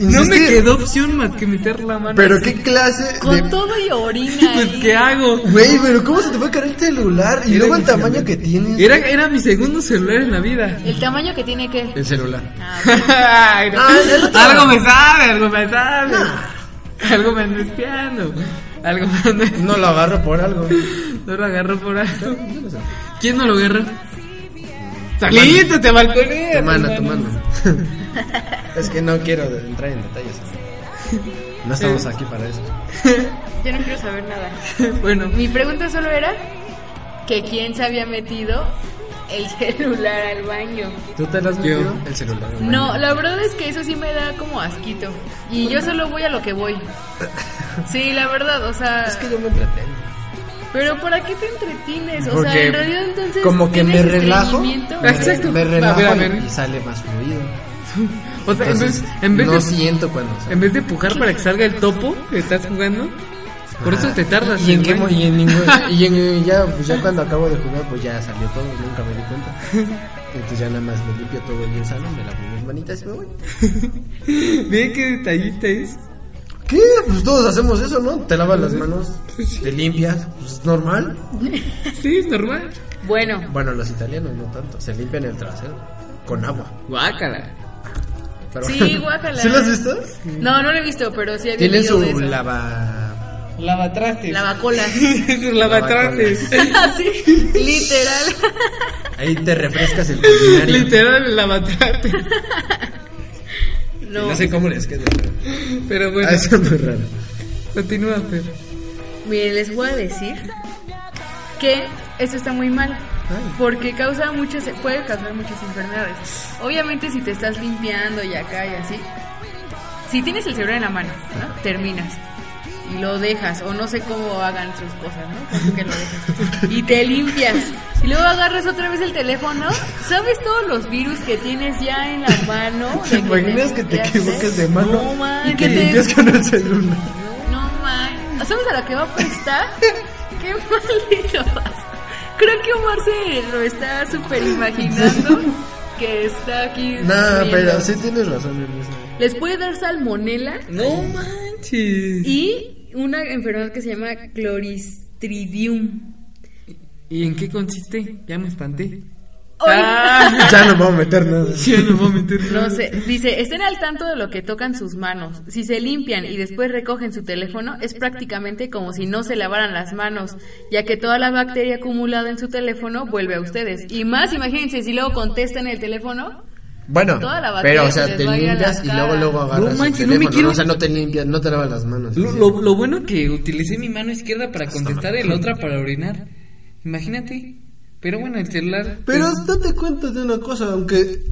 C: No me
B: insistir,
C: quedó opción más que meter la mano.
B: Pues Pero
C: así.
B: qué clase
A: Con
B: de
A: todo y orina.
C: Pues,
A: ahí.
C: ¿qué hago?
B: Güey, pero ¿cómo se te puede caer el celular? Y
C: Era
B: luego el
C: mi
B: tamaño
C: celular.
B: que tienes.
C: Era, era mi segundo celular en la vida.
A: ¿El tamaño que tiene que?
B: El celular.
A: Ah,
C: Ay, no.
B: Ah, el otro.
C: Algo me sabe, algo me sabe. Algo me anda espiando. Algo me anda
B: No lo agarro por algo.
C: No lo agarró por algo. ¿Quién no lo agarra? Salito, te balconé.
B: Tu mano, tu mano. es que no quiero de- entrar en detalles. No estamos aquí para eso.
A: yo no quiero saber nada.
C: Bueno,
A: Mi pregunta solo era que quién se había metido el celular al baño.
B: ¿Tú te lo has
C: Yo.
B: metido? El celular. güey.
A: No, la verdad es que eso sí me da como asquito. Y yo solo voy a lo que voy. Sí, la verdad, o sea...
B: Es que yo me entretengo.
A: Pero ¿para qué te entretienes? O sea,
B: Porque
A: en realidad entonces...
B: como que me
A: ¿tienes
B: relajo,
A: estreñimiento?
B: me,
C: Exacto.
B: me
C: A ver,
B: relajo
C: a ver.
B: y sale más fluido.
C: o sea, en
B: Entonces,
C: vez, en vez
B: no
C: de,
B: siento cuando
C: en vez de empujar para que salga el topo que estás jugando, por eso te tardas.
B: Ah. Y en,
C: el
B: qué
C: baño.
B: mo- y en ningún- y en- ya, pues ya cuando acabo de jugar, pues ya salió todo, nunca me di cuenta. Entonces ya nada más me limpio todo el salón, me lavo mis manitas y me voy.
C: Ve qué detallista es.
B: ¿Qué? Pues todos hacemos eso, ¿no? Te lavas las manos, te limpias, pues es normal.
C: Sí, es normal.
A: Bueno,
B: Bueno, los italianos no tanto, se limpian el trasero con agua.
C: Guácala.
B: Pero-
A: Sí, guácala.
B: ¿Sí lo has visto?
A: no, no lo he visto, pero sí había
B: Tienen
A: videos
B: su
A: de eso.
B: lava...
C: Lavatrastes.
A: Lavacola.
C: Sus lavatrastes.
A: sí, literal.
B: Ahí te refrescas el culinario.
C: Literal, el lavatrastes.
A: No,
B: No sé cómo les queda.
C: Pero bueno,
B: Ah, eso es muy raro.
C: continúa, Fer.
A: miren, les voy a decir que esto está muy mal. Porque causa muchas, puede causar muchas enfermedades. Obviamente si te estás limpiando y acá y así. Si tienes el cerebro en la mano, ¿no? Terminas. Y lo dejas, o no sé cómo hagan sus cosas, ¿no? Como que lo dejas. Y te limpias. Y luego agarras otra vez el teléfono. ¿Sabes todos los virus que tienes ya en la mano?
B: ¿Te
A: De que
B: imaginas que te
A: limpiaste?
B: equivoques de mano
A: No, man,
B: y que
A: te-
B: limpias con el celular?
A: No man. ¿Sabes a lo que va a prestar? ¡Qué maldito! Creo que Omar se lo está super imaginando que está aquí.
B: No,
A: riendo.
B: pero sí tienes razón en eso.
A: Les puede dar salmonela
C: No manches.
A: y una enfermedad que se llama cloristridium.
C: ¿Y en qué consiste? Ya me espanté. Ah,
A: Hoy-
B: Ya no vamos a meter nada.
C: Ya no voy a meter
A: No
C: nada.
A: sé, dice, estén al tanto de lo que tocan sus manos. Si se limpian y después recogen su teléfono, es prácticamente como si no se lavaran las manos, ya que toda la bacteria acumulada en su teléfono vuelve a ustedes. Y más, imagínense, si luego contestan el teléfono,
B: Bueno,
A: Toda la batería
B: pero o
A: que
B: sea,
A: les
B: te
A: va a ir a la
B: limpias y
A: cara.
B: luego luego
C: No
B: agarras el
C: manches, no me
B: teléfono,
C: quiero-
B: O sea, no te limpias, no te lavas las manos.
C: Lo,
B: así.
C: lo- lo bueno que utilicé mi mano izquierda para contestar y la otra para orinar. Imagínate. Pero bueno, el celular.
B: Pero
C: pues,
B: date cuenta de una cosa, aunque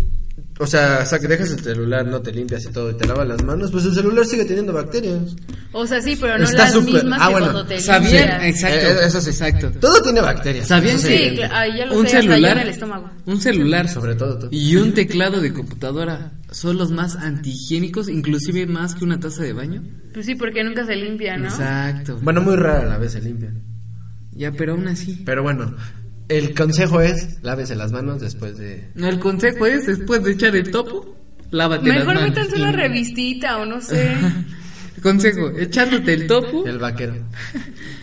B: o sea, o sea, que dejas el celular, no te limpias y todo y te lavas las manos, pues el celular sigue teniendo bacterias.
A: o sea, sí, pero no
B: Está
A: las
B: súper-
A: mismas
B: ah,
A: que
B: bueno,
A: cuando te
C: sabían,
A: limpias.
C: exacto.
B: Eh, eso sí.
C: exacto.
B: Todo tiene bacterias.
C: ¿Sabían
B: Eso
A: sí,
C: que
A: cla- ay, ya lo sé,
C: un
A: hasta yo en
C: celular,
A: el estómago.
C: un celular
B: Sobre todo tú.
C: y un teclado de computadora son los más antihigiénicos, inclusive más que una taza de baño?
A: Pues sí, porque nunca se limpia, ¿no?
C: Exacto.
B: Bueno, muy rara la vez se limpian.
C: Ya, pero aún así.
B: Pero bueno, el consejo es lávese las manos después de
C: El consejo es después de echar el topo, lávate las
A: Mejor
C: manos.
A: métanse una revistita o no sé.
C: Consejo, echándote el topo
B: el vaquero,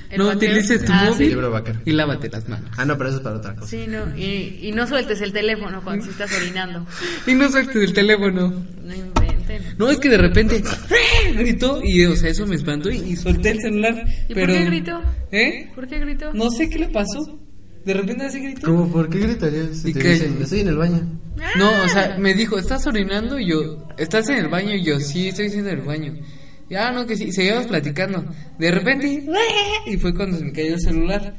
A: El
C: No
A: bateo.
C: utilices tu
A: Ah, sí.
B: el
C: móvil.
B: libro vaquero.
C: y lávate las manos.
B: Ah, no, pero eso es para otra cosa.
A: Sí, no, y, y no sueltes el teléfono cuando sí estás orinando.
C: Y no sueltes el teléfono.
A: No inventen.
C: No, es que de repente ¡ah! gritó y, o sea, eso me espantó y, y solté el celular.
A: ¿Y por
C: pero,
A: qué gritó?
C: ¿Eh?
A: ¿Por qué gritó?
C: No sé qué le pasó. De repente así gritó.
B: ¿Cómo? ¿Por qué gritarías si
C: ¿Y
B: te
C: qué?
B: dicen, estoy en el baño?
C: No, o
A: Ah.
C: sea, me dijo, ¿estás orinando? Y yo, ¿estás en el baño? Y yo, sí, estoy en el baño. Y, ah, no, que sí. Y Seguíamos platicando. De repente, y fue cuando se me cayó el celular.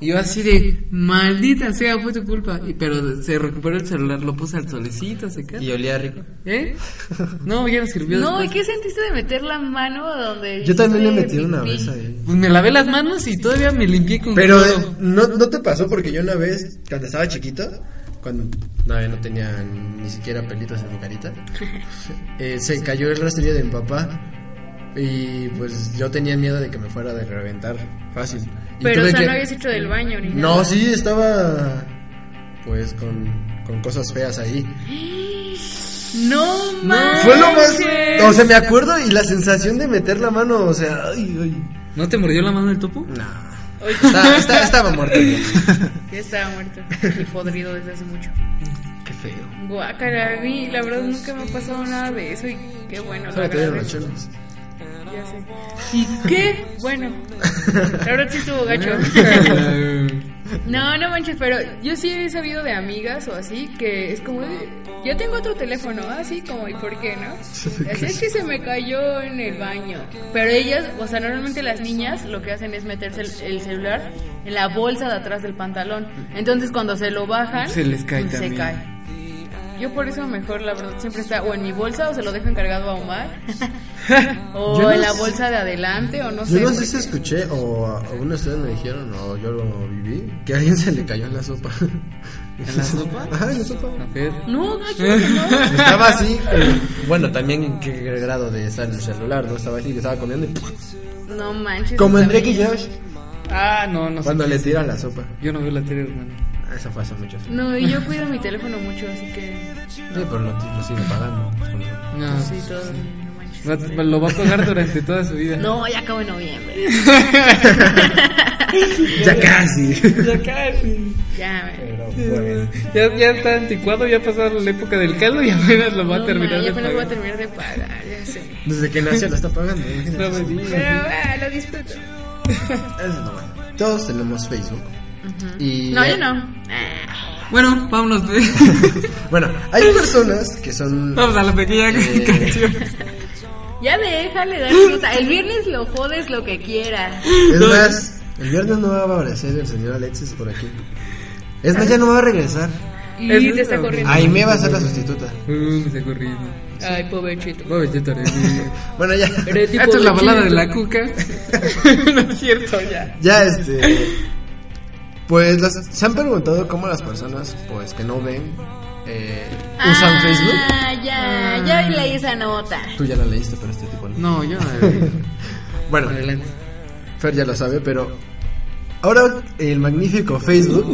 C: Y yo así de, maldita sea, fue tu culpa. Y, pero se recuperó el celular, lo puse al solecito, se
B: Y
C: quedó.
B: olía rico.
C: ¿Eh? No, ya me sirvió
A: No, ¿y
C: después.
A: qué sentiste de meter la mano donde.?
B: Yo también le
A: hiciste
B: metí una
A: pipí?
B: vez ahí.
C: Pues me lavé las manos y todavía me limpié con
B: Pero
C: cloro.
B: eh, ¿no, no te pasó porque yo una vez, cuando estaba chiquito, cuando no, eh, no tenía ni siquiera pelitos en mi carita, eh, se cayó el rastrillo de mi papá y pues yo tenía miedo de que me fuera de reventar fácil. Y
A: Pero, o
B: tuve
A: sea,
B: que-
A: no habías hecho del baño ni nada.
B: No, sí, estaba pues con, con cosas feas ahí.
A: No, manches.
B: Fue lo más... O sea, me acuerdo y la sensación de meter la mano, o sea, ay, ay.
C: ¿No te mordió la mano del topo?
B: No.
A: Oye,
B: Estaba, estaba- estaba muerto ya.
A: Ya estaba muerto y podrido desde hace mucho.
B: Qué feo.
A: Guácara, a mí, la verdad nunca me ha pasado nada de eso y qué bueno. la
B: Ahora te dieron
A: verdad.
B: los cholos.
A: Ya sé. ¿Y qué? Bueno, la verdad sí estuvo gacho. No, no manches, pero yo sí he sabido de amigas o así que es como de, yo tengo otro teléfono, así como y por qué, ¿no? Así es que se me cayó en el baño. Pero ellas, o sea, normalmente las niñas lo que hacen es meterse el, el celular en la bolsa de atrás del pantalón. Entonces cuando se lo bajan,
C: Se les cae
A: pues, se
C: también.
A: cae. Yo por eso mejor, la verdad, siempre está o en mi bolsa o se lo dejo encargado a Omar. o
B: Yo no
A: en la
B: sé.
A: bolsa de adelante o no
B: Yo
A: sé.
B: no sé
A: porque-
B: si escuché o a a uno de ustedes me dijeron o yo lo viví que a alguien se le cayó en la sopa.
C: ¿En la sopa?
B: Ajá, en la sopa.
C: A ver.
A: No, no, yo no.
B: Estaba así, eh, bueno, también qué grado de estar en el celular, no estaba así, que estaba comiendo y...
A: No manches.
B: Como en
A: está
B: Drake y
A: bien.
B: Josh,
C: Ah, no, no sé.
B: cuando le tiran la sopa.
C: Yo no veo la tele, hermano.
B: Ah, Eso fue hace mucho tiempo.
A: No, y yo cuido mi teléfono mucho, así que.
B: Sí, pero lo, lo sigue pagando.
C: No.
A: Pues Sí, todo. bien, no manches.
C: Va- va- lo va a pagar durante toda su vida.
A: No, ya acabo en noviembre.
B: Ya casi.
C: Ya casi.
A: Ya.
B: Pero bueno.
C: Ya, ya está anticuado, ya pasaron la época del caldo y apenas lo va a
A: no,
C: terminar.
A: ma,
C: de
A: ya apenas voy a
C: pagar.
A: terminar de pagar, ya sé.
B: Desde que nació la está pagando. ¿eh?
C: No me digas.
A: Pero ah, lo disfruto.
B: Eso es lo bueno. Todos tenemos Facebook. y
A: No, yo no. Ah,
C: Bueno, vámonos. de-
B: Bueno, hay personas que son...
C: Vamos a la pequeña
B: Eh.
C: canción.
A: Ya déjale dar fruta. El viernes lo jodes lo que quieras.
B: Es más, el viernes no va a aparecer el señor Alexis por aquí. Es más, ya no va a regresar.
A: Y
C: Es-
A: te está corriendo.
B: Aime va a ser la sustituta.
C: Uh, me está corriendo.
A: Ay, pobrecito.
C: Voy a echar
B: Bueno, ya.
C: Esta es la balada de la cuca. no es cierto, ya.
B: Ya, este. Pues las- se han preguntado cómo las personas pues que no ven eh, usan Facebook.
A: Ah, ya, ya leí esa nota.
B: Tú ya la leíste, pero este tipo no.
C: No, yo no.
B: Bueno,
C: Adelante.
B: Fer ya lo sabe, pero ahora el magnífico Facebook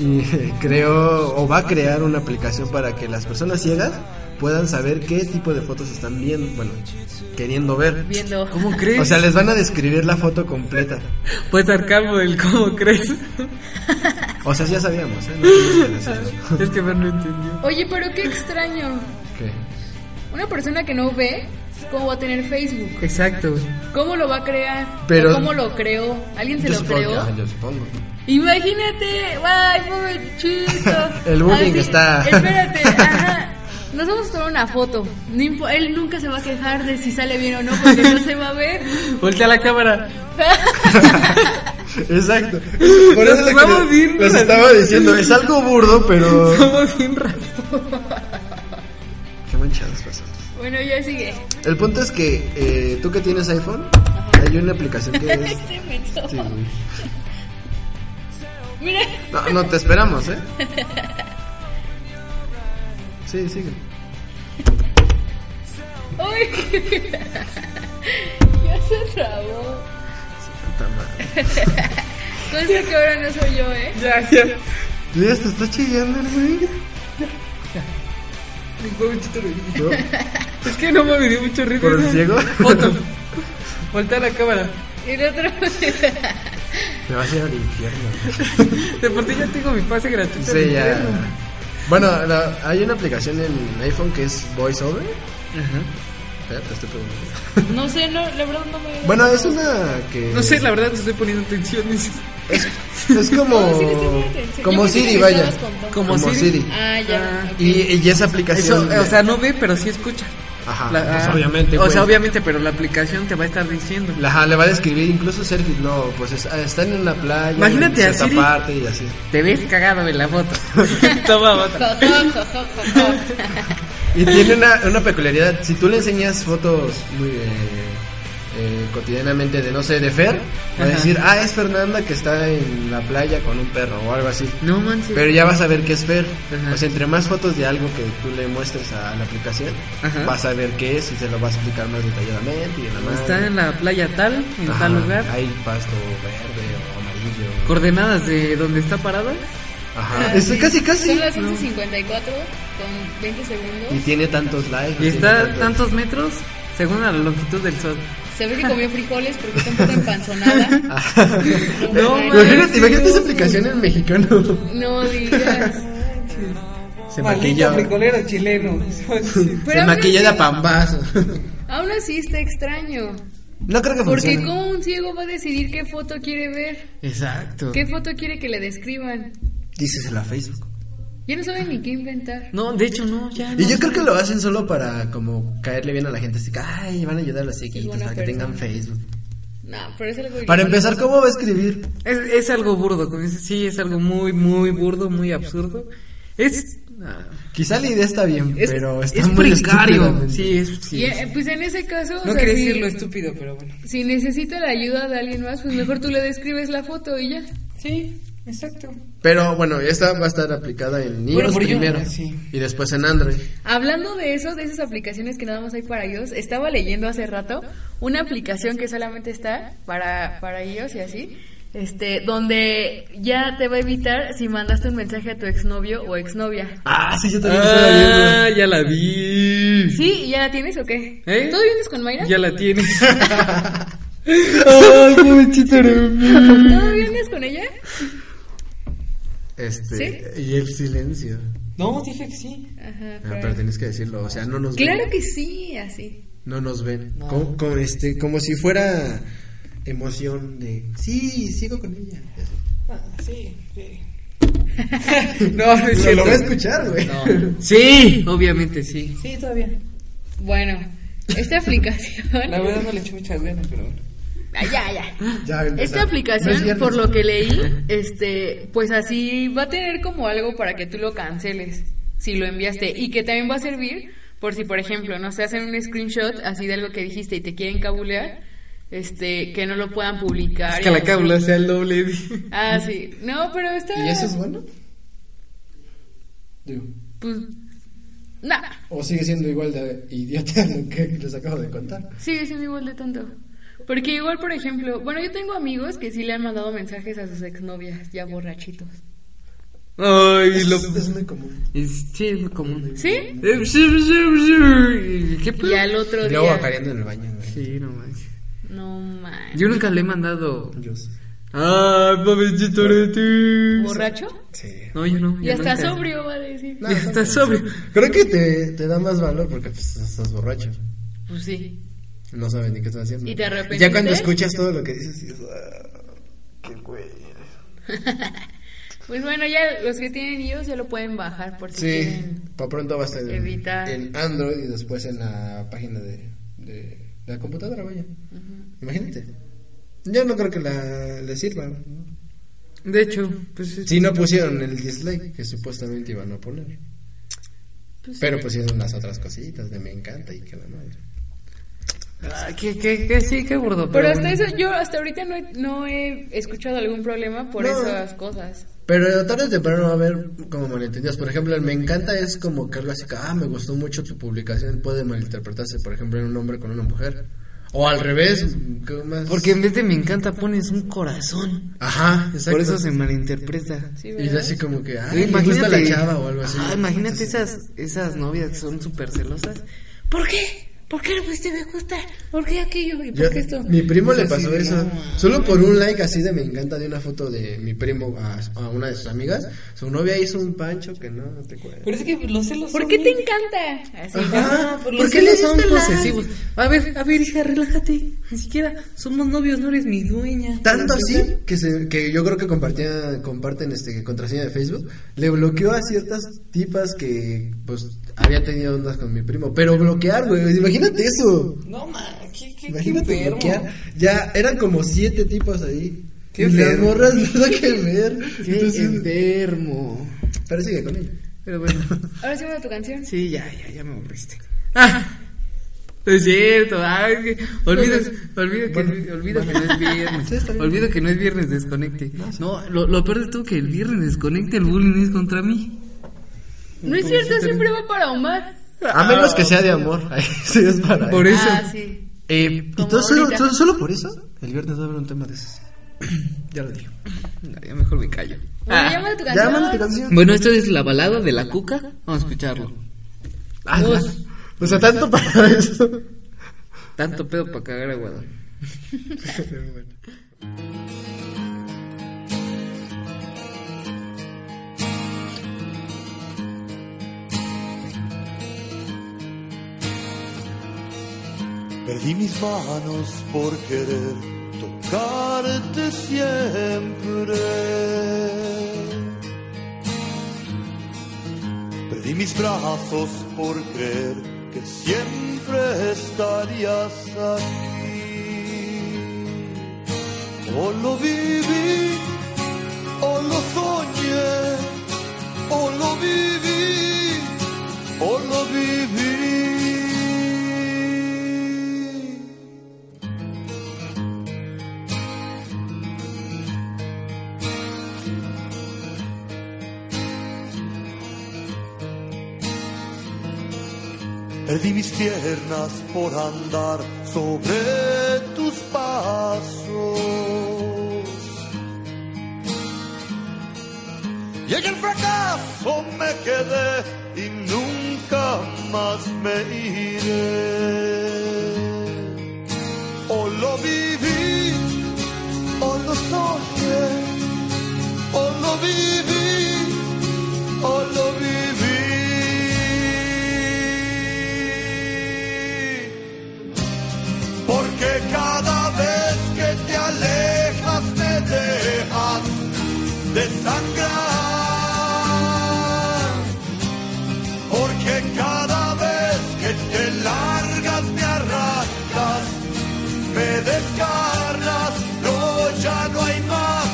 B: y creó o va a crear una aplicación para que las personas ciegas puedan saber qué tipo de fotos están viendo, bueno, queriendo ver.
A: Viendo.
C: ¿Cómo crees?
B: O sea, les van a describir la foto completa.
C: Puede estar calvo el cómo crees.
B: O sea, ya sabíamos, ¿eh? No teníamos que decirlo.
C: es que Fer no entendió.
A: Oye, pero qué extraño.
B: ¿Qué?
A: Una persona que no ve, ¿cómo va a tener Facebook?
C: Exacto.
A: ¿Cómo lo va a crear?
B: Pero-
A: ¿O ¿Cómo lo creó? ¿Alguien se
B: Yo
A: lo
B: supongo-
A: creó?
B: ah, yo supongo.
A: Imagínate, ay, pobrecito.
B: El bullying
A: Así,
B: está-
A: Espérate, ajá. Nos vamos a tomar una foto. No impo- él nunca se va a quejar de si sale bien o no, porque no se va a ver.
C: Voltea la cámara.
B: Exacto.
C: Por eso es que les-
B: los
C: les
B: estaba diciendo, es algo burdo, pero.
C: Somos sin razón.
B: Qué manchadas pasadas.
A: Bueno, ya sigue.
B: El punto es que eh, tú que tienes iPhone, hay una aplicación que es.
A: Este menso.
B: Sí, güey.
A: Mira,
B: No, no te esperamos, ¿eh? Sí, sigue.
A: ay, ya se trabó.
B: Puta madre.
A: Consta que ahora no soy yo, ¿eh?
C: Ya, ya.
B: ¿Tú ya te está chillando el güey?
C: Mi pobrecito de mí.
B: ¿No?
C: Es que no me dio mucho risa.
B: ¿Por el
C: esa
B: ciego?
C: Foto. Voltea la cámara.
A: Y el otro.
B: Me vas a ir al infierno.
C: De por sí ya tengo mi pase gratuito.
B: Sí,
C: al
B: ya.
C: infierno.
B: Bueno, la- hay una aplicación en iPhone que es VoiceOver.
C: Ajá.
B: Espera, te estoy preguntando.
A: No sé, no, la verdad no me.
B: Bueno, es una que.
C: No sé, la verdad no estoy poniendo atención.
B: Es como.
A: No, sí le estoy poniendo atención. Yo
B: como
A: pensé
B: Siri,
A: que
B: vaya.
A: estabas contando.
C: Como Siri.
A: Ah, ya.
C: Ah,
A: ok.
B: Y, y esa
C: Eso,
B: aplicación.
C: o sea, no ve, pero sí escucha.
B: Ajá,
C: La-
B: pues
C: ah,
B: obviamente.
C: O
B: güey.
C: sea, obviamente, pero la aplicación te va a estar diciendo.
B: La- Ajá, le va a describir incluso selfies. No, pues es- ah, están en una playa.
C: Imagínate
B: en
C: a
B: cierta
C: Siri.
B: parte y así.
C: Te ves cagado en la foto. Toma otra.
B: Y tiene una, una peculiaridad. Si tú le enseñas fotos muy eh, eh, cotidianamente de, no sé, de Fer, va a
C: Ajá.
B: decir, ah, es Fernanda que está en la playa con un perro o algo así.
C: No manches.
B: Pero ya vas a ver qué es Fer.
C: Ajá.
B: O sea, entre más fotos de algo que tú le muestres a la aplicación,
C: Ajá.
B: vas a ver qué es y se lo vas a explicar más detalladamente. Y la madre.
C: Está en la playa tal, en
B: Ajá,
C: tal lugar.
B: Hay pasto verde o amarillo.
C: Coordenadas de donde está parada. Ah,
B: Ajá. Es casi,
A: Son
B: casi.
A: las 154 con 20 segundos.
B: Y tiene tantos likes.
C: Y
B: tiene
C: está tantos metros según la longitud del sol.
A: Se ve que comió frijoles porque está un poco empanzonada.
B: Ajá.
C: No,
A: Ay,
B: Ah. Imagínate, imagínate esa aplicación en mexicano.
A: No digas.
B: Se maquilla.
C: frijolero chileno.
B: Se
A: Pero
B: maquilla de
A: aún,
B: pambazo.
A: así, aún así está extraño.
B: No creo que funcione.
A: Porque ¿cómo un ciego va a decidir qué foto quiere ver?
B: Exacto.
A: ¿Qué foto quiere que le describan?
B: Dices en la Facebook.
A: Ya no saben ni qué inventar.
C: No, de hecho no, ya no.
B: Y yo creo que lo hacen solo para como caerle bien a la gente. Así que, ay, van a ayudar a los
A: Es
B: chiquitos
A: buena
B: para que tengan Facebook.
A: No, pero es algo...
B: Para empezar, ¿cómo va a escribir?
C: Es, es algo burdo, como dices, sí, es algo muy, muy burdo, muy absurdo. Es, ah,
B: Quizá la idea está bien,
C: es,
B: pero está
C: es
B: muy
C: precario.
B: estúpidamente.
C: Sí, es, sí.
A: Y, eh, pues en ese caso... o
C: No
A: sea,
C: quería
A: si-
C: decirlo estúpido, pero bueno.
A: Si necesita la ayuda de alguien más, pues mejor tú le describes la foto y ya.
C: Sí, exacto.
B: Pero bueno, esta va a estar aplicada en iOS
C: por ello,
B: primero
C: sí.
B: y después en Android.
A: Hablando de eso, de esas aplicaciones que nada más hay para iOS, estaba leyendo hace rato una aplicación que solamente está para, para iOS y así, este, donde ya te va a evitar si mandaste un mensaje a tu exnovio o exnovia.
B: Ah, sí, yo también estaba viendo.
C: Ah, ya la vi.
A: ¿Sí? ¿Y ¿Ya la tienes o qué?
C: ¿Eh?
A: ¿Todo vienes con Mayra?
C: Ya la tienes. Ay, pobrecito de mí.
A: ¿Todo vienes con ella?
B: Este, y el silencio.
C: No, dije que sí.
A: Ajá.
B: Ah, pero tienes que decirlo, o sea, no nos
A: Claro
B: ven.
A: que sí, así.
B: No nos ven.
C: No.
B: Como, como este, como si fuera emoción de, sí, sigo con ella.
C: sí, sí. no, no es
B: Lo, lo
C: cierto.
B: va a escuchar, güey.
C: No. Sí, obviamente sí. Sí, todavía.
A: Bueno, esta aplicación...
C: La verdad no le eché muchas ganas, pero bueno.
A: Ah, ya, ya.
B: Ya, empezar.
A: Esta
B: No
A: aplicación,
B: es viernes.
A: por lo que leí, este, pues así va a tener como algo para que tú lo canceles si lo enviaste y que también va a servir por si, por ejemplo, no se hacen un screenshot así de algo que dijiste y te quieren cabulear, este, que no lo puedan publicar.
C: Es que la cábula sea el doble. de-
A: Ah, sí. No, pero está.
B: ¿Y eso es bueno? Digo,
A: Pues, nada.
B: o sigue siendo igual de idiota lo que les acabo de contar.
A: Sigue siendo igual de tonto. Porque igual, por ejemplo, bueno, yo tengo amigos que sí le han mandado mensajes a sus exnovias ya borrachitos.
C: Ay,
B: Es,
C: lo...
B: es muy común.
C: es- sí, es muy común.
A: ¿Sí?
C: Eh, sí, sí, sí, sí. ¿Qué
A: Y
C: pedo?
A: al otro
B: Y luego
A: día.
B: acareando en el baño, güey.
C: Sí, no manches.
A: No man.
C: Yo nunca le he mandado.
B: Yo sí.
C: Ay, pabellito de ti.
A: ¿Borracho?
B: Sí.
C: No, yo no.
A: Y
C: yo
A: hasta
C: nunca.
A: sobrio va a decir.
C: Ya está sobrio.
B: Creo que te, te da más valor porque pues, estás borracho.
A: Pues sí.
B: No sabes ni qué estás haciendo.
A: ¿Y te arrepentiste?
B: Ya cuando escuchas todo lo que dices, dices, "Ah, qué güey.
A: Pues bueno, ya los que tienen iOS ya lo pueden bajar por si
B: Sí,
A: quieren.
B: para pronto va a estar en,
A: Evitar.
B: en Android y después en la página de, de la computadora, vaya. Imagínate. Yo no creo que la, le sirva. ¿no?
C: De hecho, pues es-
B: Si no pusieron el dislike que supuestamente iban a poner.
A: Pues sí.
B: Pero pusieron las otras cositas de me encanta y que la madre.
C: Ah, que, que, que sí, qué gordo.
A: Pero hasta
C: bueno.
A: eso, yo hasta ahorita no he, no he escuchado algún problema por
B: No.
A: esas cosas.
B: Pero tarde o temprano va a haber como malentendidos. Por ejemplo, el me encanta es como que algo así que, ah, me gustó mucho tu publicación. Puede malinterpretarse, por ejemplo, en un hombre con una mujer. O al revés, ¿qué más?
C: Porque en vez de me encanta pones un corazón.
B: Ajá, exacto.
C: Por eso se malinterpreta.
A: Sí,
B: Y es
A: ¿verdad?
B: así como que, ah,
C: Eh,
B: me gusta la chava o algo así.
C: Ah, imagínate esas, esas novias que son súper celosas.
A: ¿Por qué? ¿Por qué no pusiste me gusta? ¿Por qué aquello? ¿Y por
B: Yo-
A: qué esto?
B: mi primo
C: Es
B: le
C: así
B: pasó
C: de,
B: eso.
C: no.
B: Solo por un like así de me encanta de una foto de mi primo a, a una de sus amigas. Su novia hizo un pancho que no te cuento.
C: Pero es que los celos
A: ¿Por qué te encanta? Así.
B: ¿por
C: Ajá, Ah, pues los
B: qué le
C: celos son
B: diste like?
C: posesivos. A ver, a ver, hija, relájate. Ni siquiera somos novios, no eres mi dueña.
B: Tanto así que, se, que yo creo que compartían, comparten este contraseña de Facebook. Le bloqueó a ciertas tipas que pues había tenido ondas con mi primo. Pero bloquear, güey. Imagínate eso.
C: No, man, qué, qué, qué
B: Imagínate
C: enfermo.
B: bloquear. Ya eran como siete tipos ahí.
C: Qué
B: y las
C: enfermo.
B: morras nada que ver.
C: Qué
B: Entonces,
C: enfermo.
B: pero sigue con ella.
C: eh, Pero bueno,
A: Ahora sí vamos a tu canción.
C: sí, ya, ya, ya me aburriste. Ah, no es cierto. Ah, es que olvidas, olvido que, olvido que no es viernes.
B: Sí, está bien.
C: olvido que no es viernes, desconecte. No, lo, lo peor de todo que el viernes desconecte, el bullying es contra mí.
A: No es cierto, siempre va para Omar.
B: A menos que sea de amor. Ahí sí es para.
C: Por eso.
A: Ah, sí.
B: Eh, ¿Y
A: Como
B: todo solo,
A: ahorita.
B: todo solo por eso? El viernes va a haber un tema de esos. ya lo digo.
C: No, ya mejor me callo.
A: Bueno,
C: Ah.
A: llama a tu
B: Ya,
A: canción.
B: manda tu canción.
C: Bueno, esto es la balada de la cuca. Vamos a escucharlo.
B: Ah, o sea, tanto para eso.
C: Tanto pedo para cagar aguado.
D: Perdí mis manos por querer tocarte siempre. Perdí mis brazos por creer que siempre estarías aquí. O lo viví, o lo soñé, o lo viví, o lo viví. Perdí mis piernas por andar sobre tus pasos. Y en el fracaso me quedé y nunca más me iré. O lo viví, o lo soñé, o lo viví, o lo viví. Porque cada vez que te alejas me dejas desangrar. Porque cada vez que te largas me arrastras, me descargas. No, ya no hay más,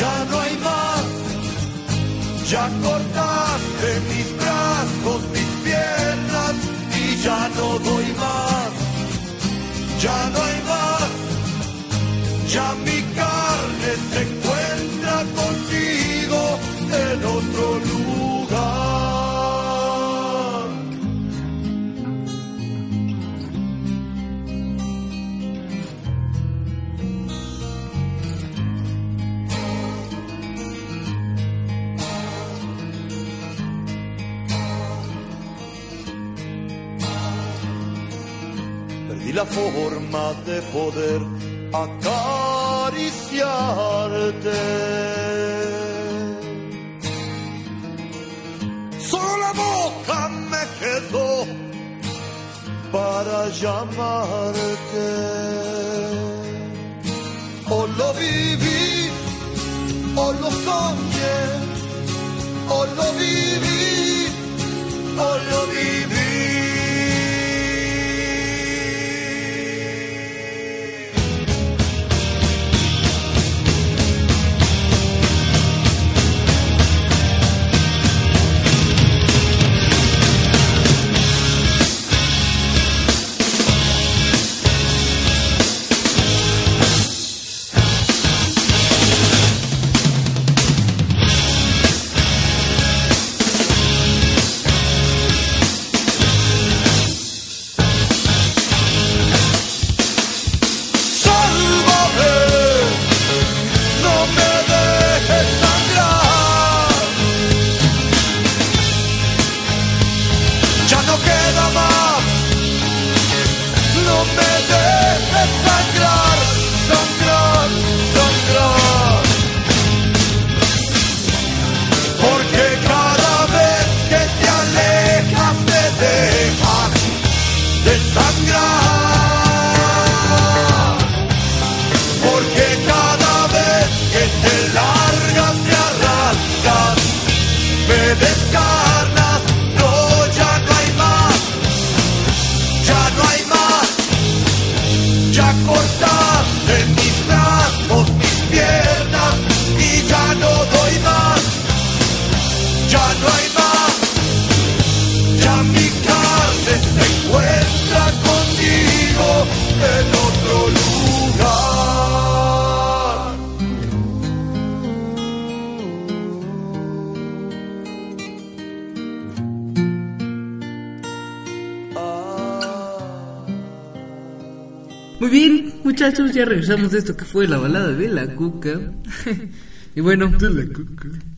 D: ya no hay más. Ya cortaste mis brazos, mis piernas y ya no doy más. Ya no hay más. Ya mi carne se encuentra contigo en otro lugar. y la forma de poder acariciarte. Solo la boca me quedó para llamarte. O lo viví, o lo soñé, o lo viví, o lo viví. Sálvame, no me dejes sangrar. Ya no queda más, no me dejes sangrar, sangrar, sangrar. Porque cada vez que te alejas te dejas de sangrar porque cada vez que te largas te arrastras, me descarnas, no, ya no hay más, ya no hay más, ya cortaste mis brazos, mis piernas y ya no doy más, ya no hay más, ya mi carne se encuentra contigo en otro lugar.
C: Muy bien, muchachos, ya regresamos de esto que fue la balada de la cuca. Y bueno,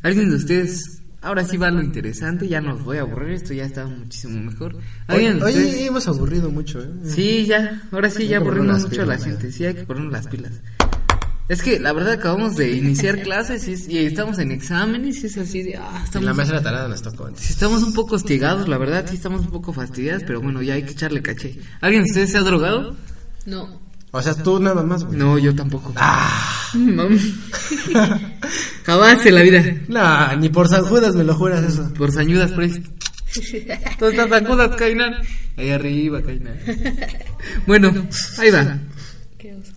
C: alguien de ustedes, ahora sí va lo interesante, ya no los voy a aburrir, esto ya está muchísimo mejor. Alguien
B: Oye,
C: de ustedes-
B: oye, hemos aburrido mucho, ¿eh?
C: Sí, ya, ahora sí ya
B: Hay que poner las
C: aburrimos mucho a la
B: pilas,
C: gente, sí hay que ponernos las pilas. Es que la verdad acabamos de iniciar clases y, es- y estamos en exámenes y es así de, ah,
B: En la
C: estamos,
B: mesa de la tarada nos tocó antes.
C: sí estamos un poco hostigados, la verdad, sí estamos un poco fastidiados, pero bueno, ya hay que echarle caché. ¿Alguien de ustedes se ha drogado?
A: No.
B: O sea, tú nada más, güey.
C: No, yo tampoco.
B: Ah.
C: No. Jamás en la vida.
B: Nah, ni por San Judas me lo juras eso.
C: Por sañudas, pues. Todas estas sacudas, Kainan. Ahí arriba, Kainan. Bueno, ahí va.
A: Qué oso.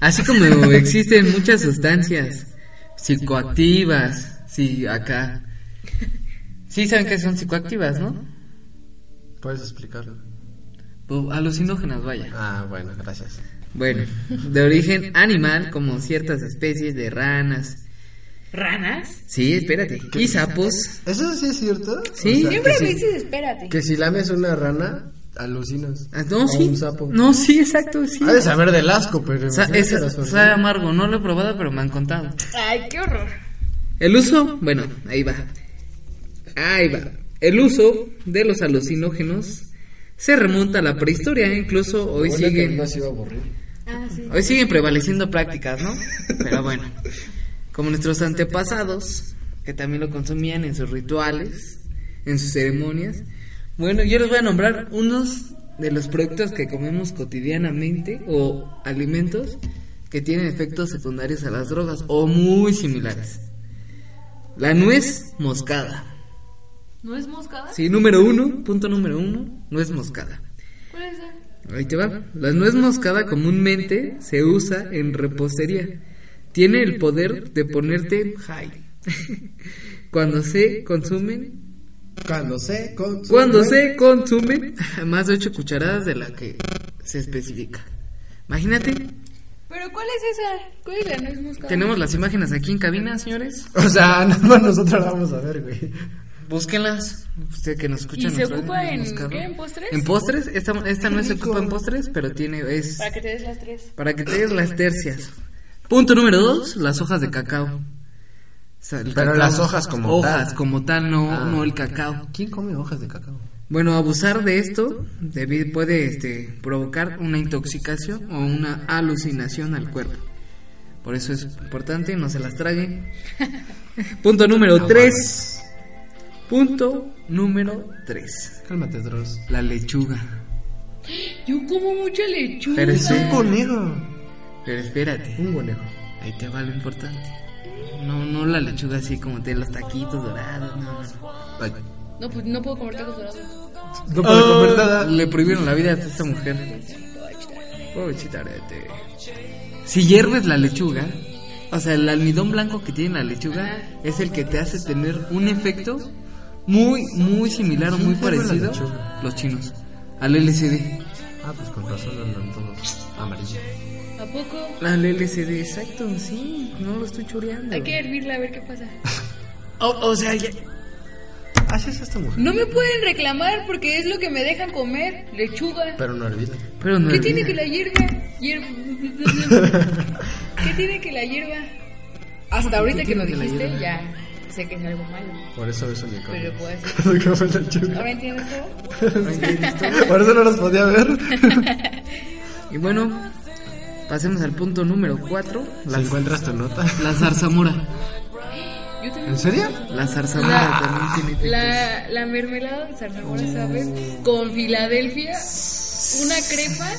C: Así como existen muchas sustancias psicoactivas, sí, acá. Sí saben que son psicoactivas, ¿no?
B: Puedes explicarlo.
C: O Alucinógenas, vaya.
B: Ah, bueno, gracias.
C: Bueno, de origen animal, como ciertas especies de ranas.
A: ¿Ranas?
C: Sí, espérate. pues, Y sapos.
B: ¿Eso sí es cierto?
C: Sí.
A: Siempre
B: que
A: me
B: si-
A: dices espérate.
B: Que si lames una rana, alucinas.
C: Ah,
B: O
C: No, sí.
B: un sapo.
C: No, sí, exacto, sí.
B: Ha de saber del asco, pero...
C: Sa- es-
B: imagínate las
C: sabe
B: personas.
C: amargo, no lo he probado, pero me han contado.
A: Ay, qué horror.
C: El uso, bueno, ahí va. Ahí va. El uso de los alucinógenos se remonta a la prehistoria, incluso hoy
B: Bueno, que
C: siguen,
B: No se iba a aburrir.
A: Ah, sí.
C: hoy siguen prevaleciendo prácticas, ¿no? Pero bueno, como nuestros antepasados, que también lo consumían en sus rituales, en sus ceremonias. Bueno, yo les voy a nombrar unos de los productos que comemos cotidianamente o alimentos que tienen efectos secundarios a las drogas o muy similares. La nuez moscada.
A: ¿No es moscada?
C: Sí, número uno, punto número uno, nuez moscada.
A: ¿Cuál es esa?
C: Ahí te va. La nuez moscada comúnmente se usa en repostería. Tiene el poder de ponerte high cuando se consumen,
B: Cuando se... con-
C: cuando se consumen más de 8 cucharadas de la que se especifica. Imagínate,
A: ¿Pero cuál es esa? ¿Cuál es la nuez moscada?
C: tenemos las imágenes aquí en cabina, señores.
B: O sea, nada más nosotros la vamos a ver, güey.
C: Búsquenlas, usted que nos escucha.
A: ¿Y se
C: nuestra
A: ocupa
C: radio,
A: en
C: moscada.
A: qué? ¿En postres?
C: En postres, esta, esta no se
B: rico.
C: ocupa en postres, pero tiene es
A: Para que te des las tres.
C: Para que te des las tercias. Punto número dos, las hojas de cacao. O sea, el
B: Pero las hojas como
C: Hojas
B: tal.
C: como tal, no,
B: Ah.
C: no el cacao.
B: ¿Quién come hojas de cacao?
C: Bueno, abusar de esto debi- puede este, provocar una intoxicación o una alucinación al cuerpo. Por eso es importante, no se las traguen. Punto número 3. Punto número 3.
B: Cálmate, Dross.
C: La lechuga.
A: Yo como mucha lechuga.
C: Pero es un
B: conejo.
C: Pero espérate,
B: Un conejo.
C: ahí te va lo importante. No, no la lechuga así como te los taquitos dorados, no, no.
A: No, pues no puedo comer tacos dorados.
B: No puedo comer nada.
C: Ah. Le prohibieron la vida a esta mujer. Pobrecita arete. Si hierves la lechuga, o sea, el almidón blanco que tiene la lechuga
A: Ajá.
C: es el que te hace tener un efecto muy, muy similar o muy
B: hierve la
C: parecido,
B: lechuga?
C: los chinos, al LCD.
B: Ah, pues con razón andan todos amarillos.
A: ¿A poco?
C: Al LCD, exacto, sí, no lo estoy choreando.
A: Hay que hervirla a ver qué pasa.
C: O, o sea, ya-
B: Haces Ah, esta mujer.
A: No me pueden reclamar porque es lo que me dejan comer. Lechuga.
B: Pero no olvida.
C: pero no
A: ¿Qué
C: es
A: tiene
C: vida.
A: que la hierba? Hier- ¿Qué tiene que la hierba? Hasta ahorita
C: ¿Qué
A: que lo
C: tiene que la
A: dijiste,
C: hierba?
A: ya sé que es algo malo.
B: Por eso beso mi conejo.
A: Pero puedo decir.
B: Porque fue la lechuga.
A: ¿Ahora entiendes todo?
B: Por eso no los podía ver.
C: Y bueno, pasemos al punto número 4,
B: ¿La encuentras tu nota?
C: la zarzamora.
A: Yo también.
B: ¿En serio?
C: La zarzamora
A: Ah.
C: también tiene efectos.
A: La, la mermelada de zarzamora, ¿sabes? Con Filadelfia, una crepa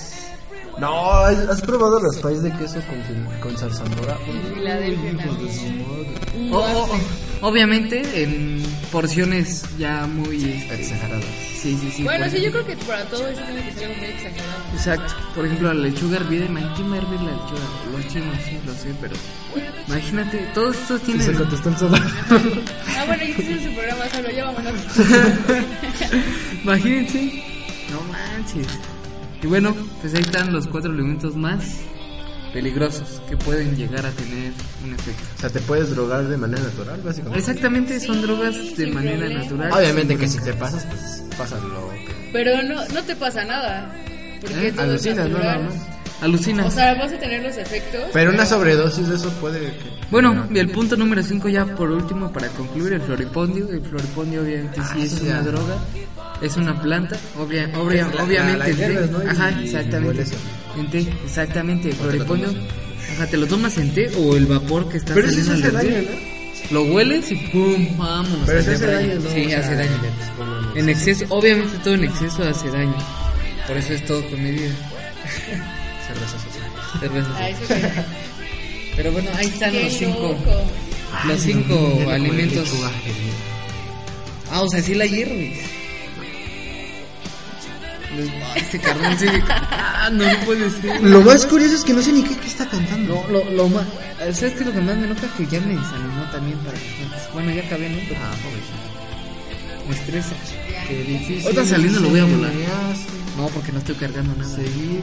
B: No, ¿has probado los pais de queso con, con zarzamora?
A: y Filadelfia también. Un
C: O-
A: waffle.
C: o- o- Oh, obviamente en porciones ya muy este,
B: Exagerado.
C: Sí, sí, sí.
A: Bueno,
C: por-
A: sí, yo creo que para todo eso tiene que ser algo muy exagerado.
C: Exacto. Por ejemplo, la lechuga hervida, imagínate me hervir la lechuga. Los chinos, sí, lo sé, pero imagínate, todos estos
B: Y se
C: tienen
B: contestó el solo.
A: Ah, bueno, yo quisiera su programa solo, ya vámonos.
C: Imagínense. No manches. Y bueno, pues ahí están los cuatro elementos más peligrosos que pueden llegar a tener un efecto.
B: O sea, te puedes drogar de manera natural, básicamente.
C: Exactamente, son drogas de
A: sin
C: manera
A: problema.
C: natural.
B: Obviamente que si te pasas, pues pasas lo que.
A: Pero no, no te pasa nada. Porque
C: Eh,
A: todo es
B: Alucinas, no nada
A: natural.
B: más.
C: Alucinas.
A: O sea, vas a tener los efectos.
B: Pero una sobredosis de eso puede. que-
C: bueno, y el punto número 5 ya por último para concluir, el floripondio. El floripondio obviamente sí es
B: Ah, eso
C: una
B: ya.
C: droga, es una planta, obvia- obvia-
B: la- la-
C: obviamente
B: la
C: en té.
B: hierves, ¿no? Y-
C: Ajá,
B: y
C: exactamente.
B: hueles eso.
C: En té, exactamente, el
B: O te lo
C: floripondio. Ajá, te lo tomas en té o el vapor que está
B: Pero eso sí
C: saliendo
B: hace
C: del té.
B: daño, ¿no?
C: Lo hueles y pum, vamos.
B: Pero eso
C: hace
B: hace daño, ¿no?
C: Sí,
B: O sea,
C: hace daño. pues,
B: bueno,
C: En exceso, obviamente todo en exceso hace daño. Por eso es todo con medida.
B: cerveza social.
C: Cerveza.
A: Ah, eso sí.
C: Pero bueno, ahí están
A: Qué
C: los cinco.
A: loco.
C: Los cinco
B: Ya no comí
C: alimentos.
B: lechuga, querido.
C: Ah, o sea, sí la hierves. Ah, Este carnal sigue. Ah, no puede ser.
B: Lo más curioso es que no sé ni qué, qué está cantando.
C: No, lo, lo más. ¿Sabes qué? Lo que más me enoja es que ya me desanimó también para que. Bueno, ya acabé, ¿no? Pero
B: Ah, pobrecito.
C: me estresa.
B: Qué difícil.
C: Ahorita saliendo lo voy a volar.
B: me hace
C: No, porque no estoy cargando nada.
B: seguir.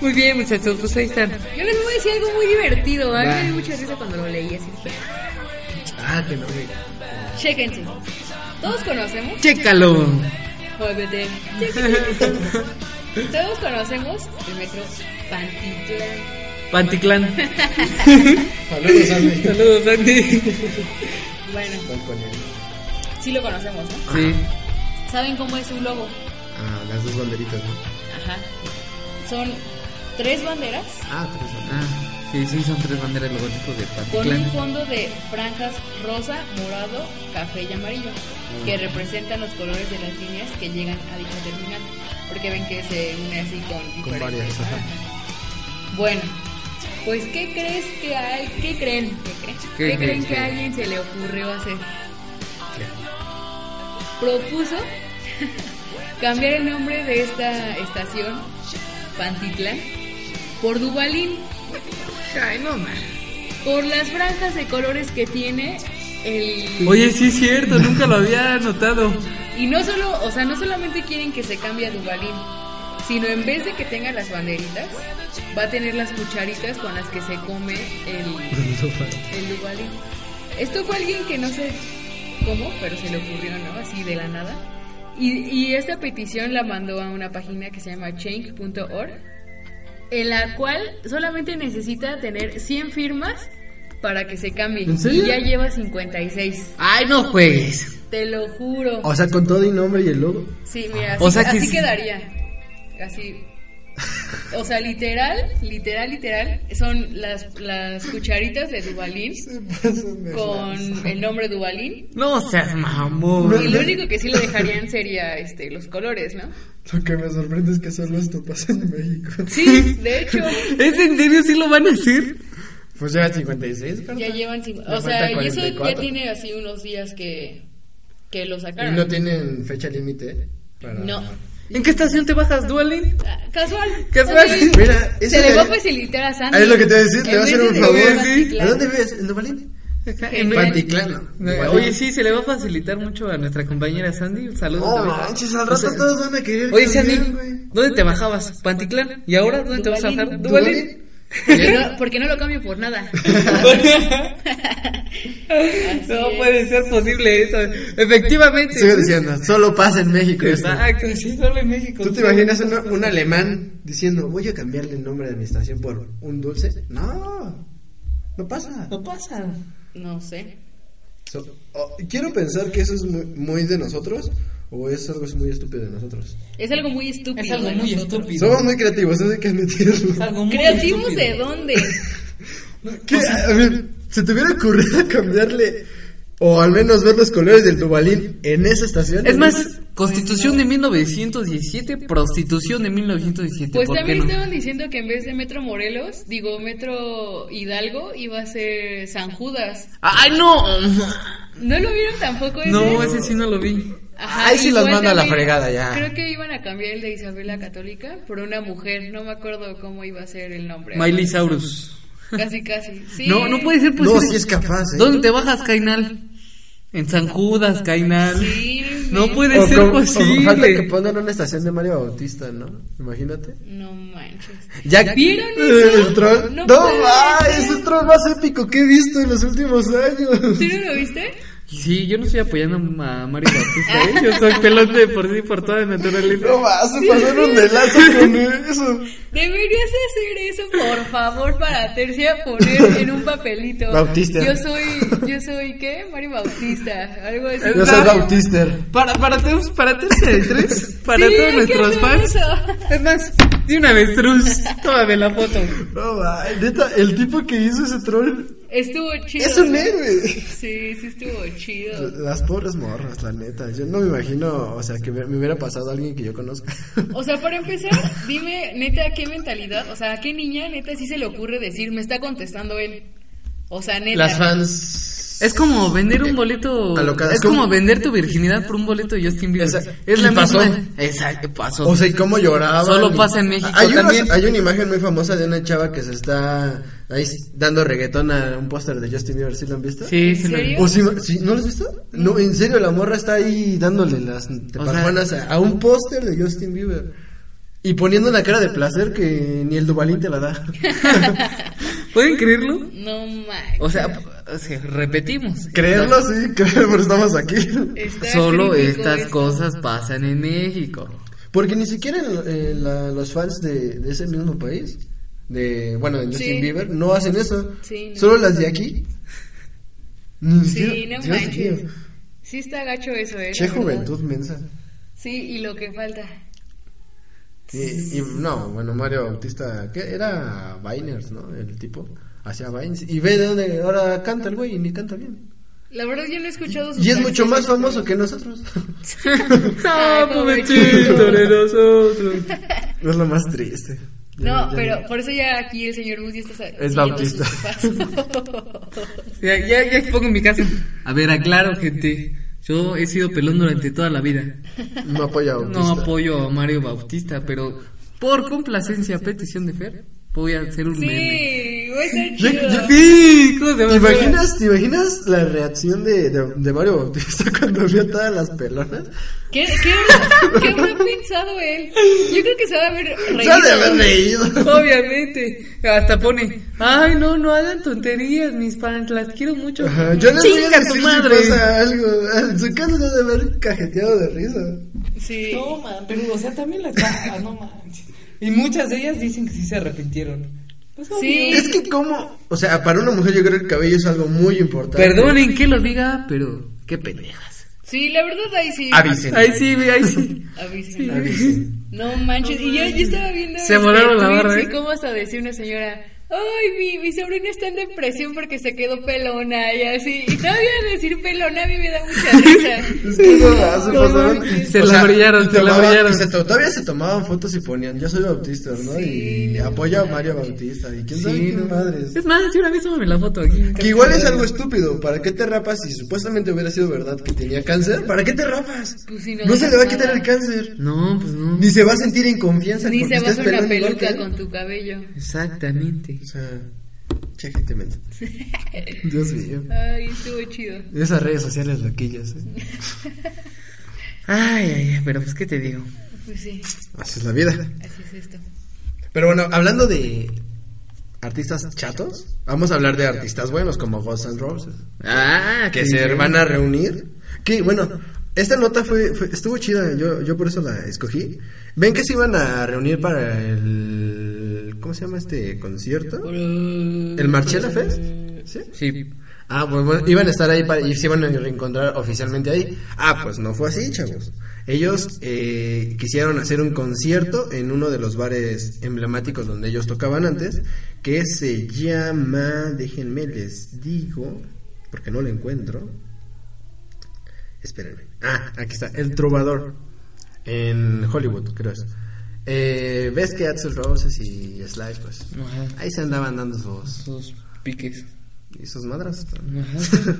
C: Muy bien, muchachos, pues ahí están.
A: Yo les voy a decir algo muy divertido. A mí
C: Va.
A: me dio mucha risa cuando lo leí así. dije,
B: Ah, que no me.
A: Chéquense. Todos conocemos.
C: ¡Chécalo!
A: Jódete. Todos conocemos el metro Pantitlán.
C: Panticlán.
B: Saludos, Andy.
C: Saludos, Andy.
A: Bueno,
B: Voy con él.
A: sí lo conocemos, ¿no?
C: Sí.
A: ¿Saben cómo es su logo?
B: Ah, las dos banderitas, ¿no?
A: Ajá. Son tres banderas
B: Ah, tres
C: Ah, sí, sí, son tres banderas logotipos de
A: con un
C: Panticlán.
A: fondo de franjas rosa, morado, café y amarillo, que representan los colores de las líneas que llegan a dicha terminal, porque ven que se une así con,
B: Con
A: diferentes-
B: varias, ajá.
A: Bueno, pues ¿qué crees que hay? ¿Qué creen? ¿Qué creen?
C: ¿Qué
A: ¿Qué
C: creen
A: creen
C: que-
A: que a alguien se le ocurrió hacer?
B: banderas.
A: Propuso cambiar el nombre de esta estación, Pantitlán, por Dubalín.
C: Ay, no, man.
A: por las franjas de colores que tiene el
C: Oye, sí es cierto, nunca lo había notado.
A: y no solo, o sea, no solamente quieren que se cambie a Dubalín, sino en vez de que tenga las banderitas, va a tener las cucharitas con las que se come el, el Dubalín. Esto fue alguien que no sé cómo, pero se le ocurrió, ¿no? Así de la nada. Y, y esta petición la mandó a una página que se llama change.org, en la cual solamente necesita tener 100 firmas para que se cambie.
B: ¿En serio?
A: Y ya lleva 56.
C: Ay, no juegues.
A: Te lo juro.
B: O sea, con todo y nombre y el logo.
A: Sí, mira, así,
C: O sea que
A: así
C: sí.
A: quedaría. Así. O sea, literal, literal, literal, son las, las cucharitas de Dubalín con el nombre Dubalín.
C: No seas mamón.
A: Y lo único que sí le dejarían sería este los colores, ¿no?
B: Lo que me sorprende es que solo esto pasa en México.
A: Sí, de hecho,
C: ¿Es en serio? ¿Sí lo van a hacer?
B: Pues lleva 56, carta.
A: ya llevan cinco.
B: Le
A: O sea,
B: falta
A: y eso ya
B: 44.
A: tiene así unos días que, que lo
B: Y no
A: sacaron.
B: tienen fecha límite para...
A: No.
C: ¿En qué estación te bajas, Dualin?
A: Ah, Casual.
C: Casual.
A: Así.
B: Mira, eso
A: Se le
B: le-
A: va a facilitar a Sandy.
B: Ah, es lo que te voy a decir, le
A: En
B: va a hacer
A: vez
B: un
A: de
B: favor.
A: llevar así,
B: ¿A
A: claro.
B: dónde vives? ¿En Dubalín?
C: Acá,
A: En
C: en
A: Duvalín.
C: Duvalín.
B: Panticlano.
C: Eh, Oye, sí, se le va a facilitar mucho a nuestra compañera Sandy. Saludos.
B: No
C: Duvalín.
B: manches, al
C: O sea,
B: rato todos van a querer
C: Oye,
B: cambiar,
C: Sandy,
B: güey.
C: ¿dónde te bajabas? ¿Panticlán? ¿Y ahora dónde te vas a bajar?
A: Duvalín.
C: ¿Duvalín?
A: ¿Por qué no, por qué no lo cambio por nada?
C: No puede ser posible eso. Efectivamente.
B: Sigo diciendo, solo pasa en México esto.
C: Exacto, sí, solo en México.
B: ¿Tú te imaginas un, un alemán diciendo, voy a cambiarle el nombre de mi estación por un dulce? No, no pasa.
C: No pasa.
A: No sé.
B: So- o- quiero pensar que eso es muy, muy de nosotros o es algo muy estúpido de nosotros.
A: Es algo muy estúpido.
C: Es algo
A: de
C: muy
A: nosotros.
C: estúpido.
B: Somos muy creativos, eso hay que admitirlo.
C: Es algo muy
A: ¿Creativos de
C: estúpido.
A: dónde?
B: ¿Qué? A ver, ¿se te hubiera ocurrido cambiarle o al menos ver los colores del Dubalín en esa estación?
C: Es más, Constitución de 1917, Prostitución de 1917.
A: Pues
C: ¿por qué
A: también
C: no?
A: estaban diciendo que en vez de Metro Morelos, digo Metro Hidalgo, iba a ser San Judas.
C: ¡Ay, no!
A: ¿No lo vieron tampoco ese?
C: No, ese sí no lo vi.
A: Ajá,
B: Ahí sí los
A: igual
B: mando a la
A: también-
B: fregada ya.
A: Creo que iban a cambiar el de Isabel la Católica por una mujer. No me acuerdo cómo iba a ser el nombre.
C: Miley Saurus.
A: Casi, casi. Sí.
C: No, no puede ser
B: No,
C: posible.
B: sí es capaz. ¿eh?
C: pues, ¿Dónde te bajas, Cainal? En San Judas, Cainal.
A: Sí,
C: No
A: me-
C: puede ser
B: como-
C: posible.
B: falta que pongan una estación de Mario Bautista, ¿no? Imagínate.
A: No manches.
B: ¿Ya
A: ¿Vieron eso?
B: eh, El troll.
A: No
B: No,
A: puede
B: va,
A: ser.
B: es el troll más épico que he visto en los últimos años.
A: ¿Tú no lo viste?
C: Sí, yo no estoy apoyando a Mario Bautista, ¿eh? Yo soy pelón de por sí, por toda naturaleza.
B: No va, se pasaron de lazo con eso.
A: Deberías hacer eso, por favor, para Tercia poner en un papelito.
B: Bautista.
A: Yo soy, yo soy, ¿qué? Mario Bautista, algo así.
B: Yo soy Bautister.
C: Para, para, todos- para Tercia de Tres, para
A: Sí, hay
C: todos
A: que
C: nuestros
A: hacer
C: fans.
A: eso.
C: Es más, de una avestruz, tómame la foto.
B: No va, neta, el tipo que hizo ese troll
A: Estuvo chido.
B: es un
A: ¿no?
B: héroe.
A: Sí, sí estuvo chido.
B: Las pobres morras, la neta. Yo no me imagino, o sea, que me hubiera pasado a alguien que yo conozco.
A: O sea, para empezar, dime, neta, ¿qué mentalidad? O sea, ¿a qué niña, neta, sí se le ocurre decir, me está contestando él? O sea, neta.
B: fans.
C: Es como vender un boleto.
B: Alocadas.
C: Es como vender tu virginidad por un boleto de Justin Bieber.
B: Exacto.
C: Es la
B: Y pasó.
C: misma. Exacto, pasó.
B: O sea, ¿y cómo lloraba?
C: Solo pasa en México
B: Hay, unas-
C: también.
B: hay una imagen muy famosa de una chava que se está ahí dando reggaetón a un póster de Justin Bieber. ¿Sí lo han visto?
C: sí,
A: ¿En
C: sí, no.
A: serio?
B: ¿O sí, sí, ¿No lo has visto? No, en serio, la morra está ahí dándole las tepajuanas a, a un póster de Justin Bieber. Y poniendo una cara de placer que ni el Dubalín te la da.
C: ¿Pueden creerlo?
A: No manches.
C: O sea, o sea, repetimos.
B: Creerlo, sí, creerlo, pero estamos aquí.
A: Está
C: Solo
A: crítico
C: estas
A: esto.
C: cosas pasan en México.
B: Porque ni siquiera en- en la- los fans de, de ese mismo país, de bueno, de Justin
A: Sí.
B: Bieber, no hacen eso.
A: Sí, no.
B: Solo las de aquí. Ni
A: Sí,
B: siquiera-
A: no
B: Dios
A: manches.
B: mío.
A: Sí está gacho eso, ¿eh?
B: Che
A: la verdad.
B: juventud mensa.
A: Sí, y lo que falta.
B: Y, y no, bueno, Mario Bautista, que era Viners, ¿no? El tipo. Hacía Vines. Y ve de dónde ahora canta el güey y ni canta bien.
A: La verdad yo no he escuchado sus
B: Y es mucho más
A: canciones.
B: famoso que nosotros.
C: Ah,
A: pobrecito
C: de nosotros.
B: No es lo más triste.
A: No, pero por eso ya aquí el señor Bus ya está
B: Es
A: siguiendo
B: Bautista.
A: sus pasos.
C: Ya, ya, ya expongo mi caso. A ver, aclaro, gente. Yo he sido pelón durante toda la vida.
B: No apoya a Bautista.
C: No apoyo a Mario Bautista, pero por complacencia, a petición de Fer, voy a hacer un meme.
A: sí, va a estar
B: Yo-
A: chido.
B: yo-
C: Sí, ¿cómo se va
B: ¿Te
C: a hacer?
B: imaginas, ¿Te imaginas la reacción de, de- de Mario Bautista cuando vio todas las pelonas?
A: ¿Qué, qué, qué habrá pensado él? Yo creo que se va a ver
B: ¡Ya de haber
A: reído.
B: reído!
C: Obviamente, hasta pone, ay no, no hagan tonterías, mis fans, las quiero mucho.
B: Ajá, Yo les voy a
C: Chinga tu
B: decir si
C: madre.
B: pasa algo. ah, En su caso ya de haber cajeteado de risa.
A: Sí.
C: No, man, pero o sea, también las cajas, no manches. Y muchas de ellas dicen que sí se arrepintieron. Pues,
A: Sí.
B: Es que como... O sea, para una mujer yo creo que el cabello es algo muy importante.
C: Perdonen que lo diga, pero qué pendejas.
A: Sí, la verdad ahí sí.
B: Avisen.
C: Ahí sí, güey, ahí sí.
A: Avisen.
B: Avisen.
A: No manches, y yo, yo estaba viendo.
C: Se volaron la
A: tweets
C: barra, ¿eh?
A: Y cómo hasta decía una señora: Ay, mi, mi sobrina está en depresión porque se quedó pelona y así. Y todavía decir pelona a mí me da mucha risa.
B: Es que no, se pasaron.
C: Se la brillaron,
B: y
C: se la
B: tomaban-
C: brillaron.
B: y se to- todavía se tomaban fotos y ponían, yo soy bautista, ¿no?
A: Sí,
B: y
A: no
B: apoyo a
A: mames.
B: Mario Bautista. Y quién
C: Sí,
B: sabe qué
C: no.
B: madres.
C: Es más, si una vez tómame la foto aquí.
B: Que igual es algo estúpido. ¿Para qué te rapas si supuestamente hubiera sido verdad que tenía cáncer? ¿Para qué te rapas?
A: Pues sí, no
B: no se le va a
A: nada.
B: quitar el cáncer.
C: No, pues no.
B: Ni se va a sentir en confianza.
A: Ni
B: porque
A: se va a
B: estás
A: hacer una
B: pelón igual
A: peluca
B: que él.
A: con tu cabello.
C: Exactamente.
B: O sea, che gente mensa. Dios mío.
A: Ay, estuvo chido.
B: Esas redes sociales loquillas, ¿eh?
C: Ay, ay, ay, pero pues qué te digo.
A: Pues sí,
B: Así es la vida.
A: así es esto.
B: Pero bueno, hablando de artistas chatos, vamos a hablar de artistas buenos como Guns N' Roses,
C: Ah,
B: que
C: qué
B: se
C: bien.
B: van a reunir. Que bueno, esta nota fue, fue- estuvo chida, yo, yo por eso la escogí. Ven que se iban a reunir para el ¿cómo se llama este concierto? El Marchella Fest. ¿Sí?
C: Sí.
B: Ah, pues bueno, iban a estar ahí para, y se iban a reencontrar oficialmente ahí. Ah, pues no fue así, chavos. Ellos eh, quisieron hacer un concierto en uno de los bares emblemáticos donde ellos tocaban antes, que se llama, déjenme les digo, porque no lo encuentro. Espérenme. Ah, aquí está, El Trovador, en Hollywood, creo es. Eh, ¿Ves que Axel Roses y Sly, pues
C: Ajá.
B: ahí se andaban dando sus,
C: Sus piques.
B: y sus madras.
C: Ajá.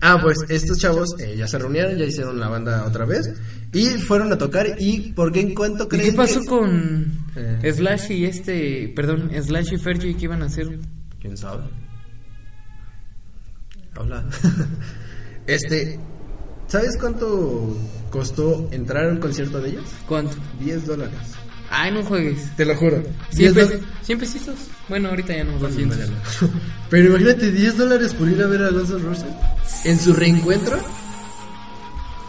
B: ah, pues estos chavos eh, ya se reunieron, ya hicieron la banda otra vez y fueron a tocar. ¿Y por qué en cuánto
C: ¿Y
B: creen
C: qué pasó
B: que-
C: con
B: Eh.
C: Slash y este, perdón, Slash y Fergie que iban a hacer?
B: ¿Quién sabe? Hola. este, ¿sabes cuánto costó entrar a un concierto de ellos?
C: ¿Cuánto?
B: 10 dólares.
C: Ay, no juegues.
B: Te lo juro. 10
C: 100,
B: dólares.
C: pesitos. Bueno, ahorita ya no, 200.
B: Pero imagínate 10 dólares por ir a ver a Guns N' Roses en su reencuentro.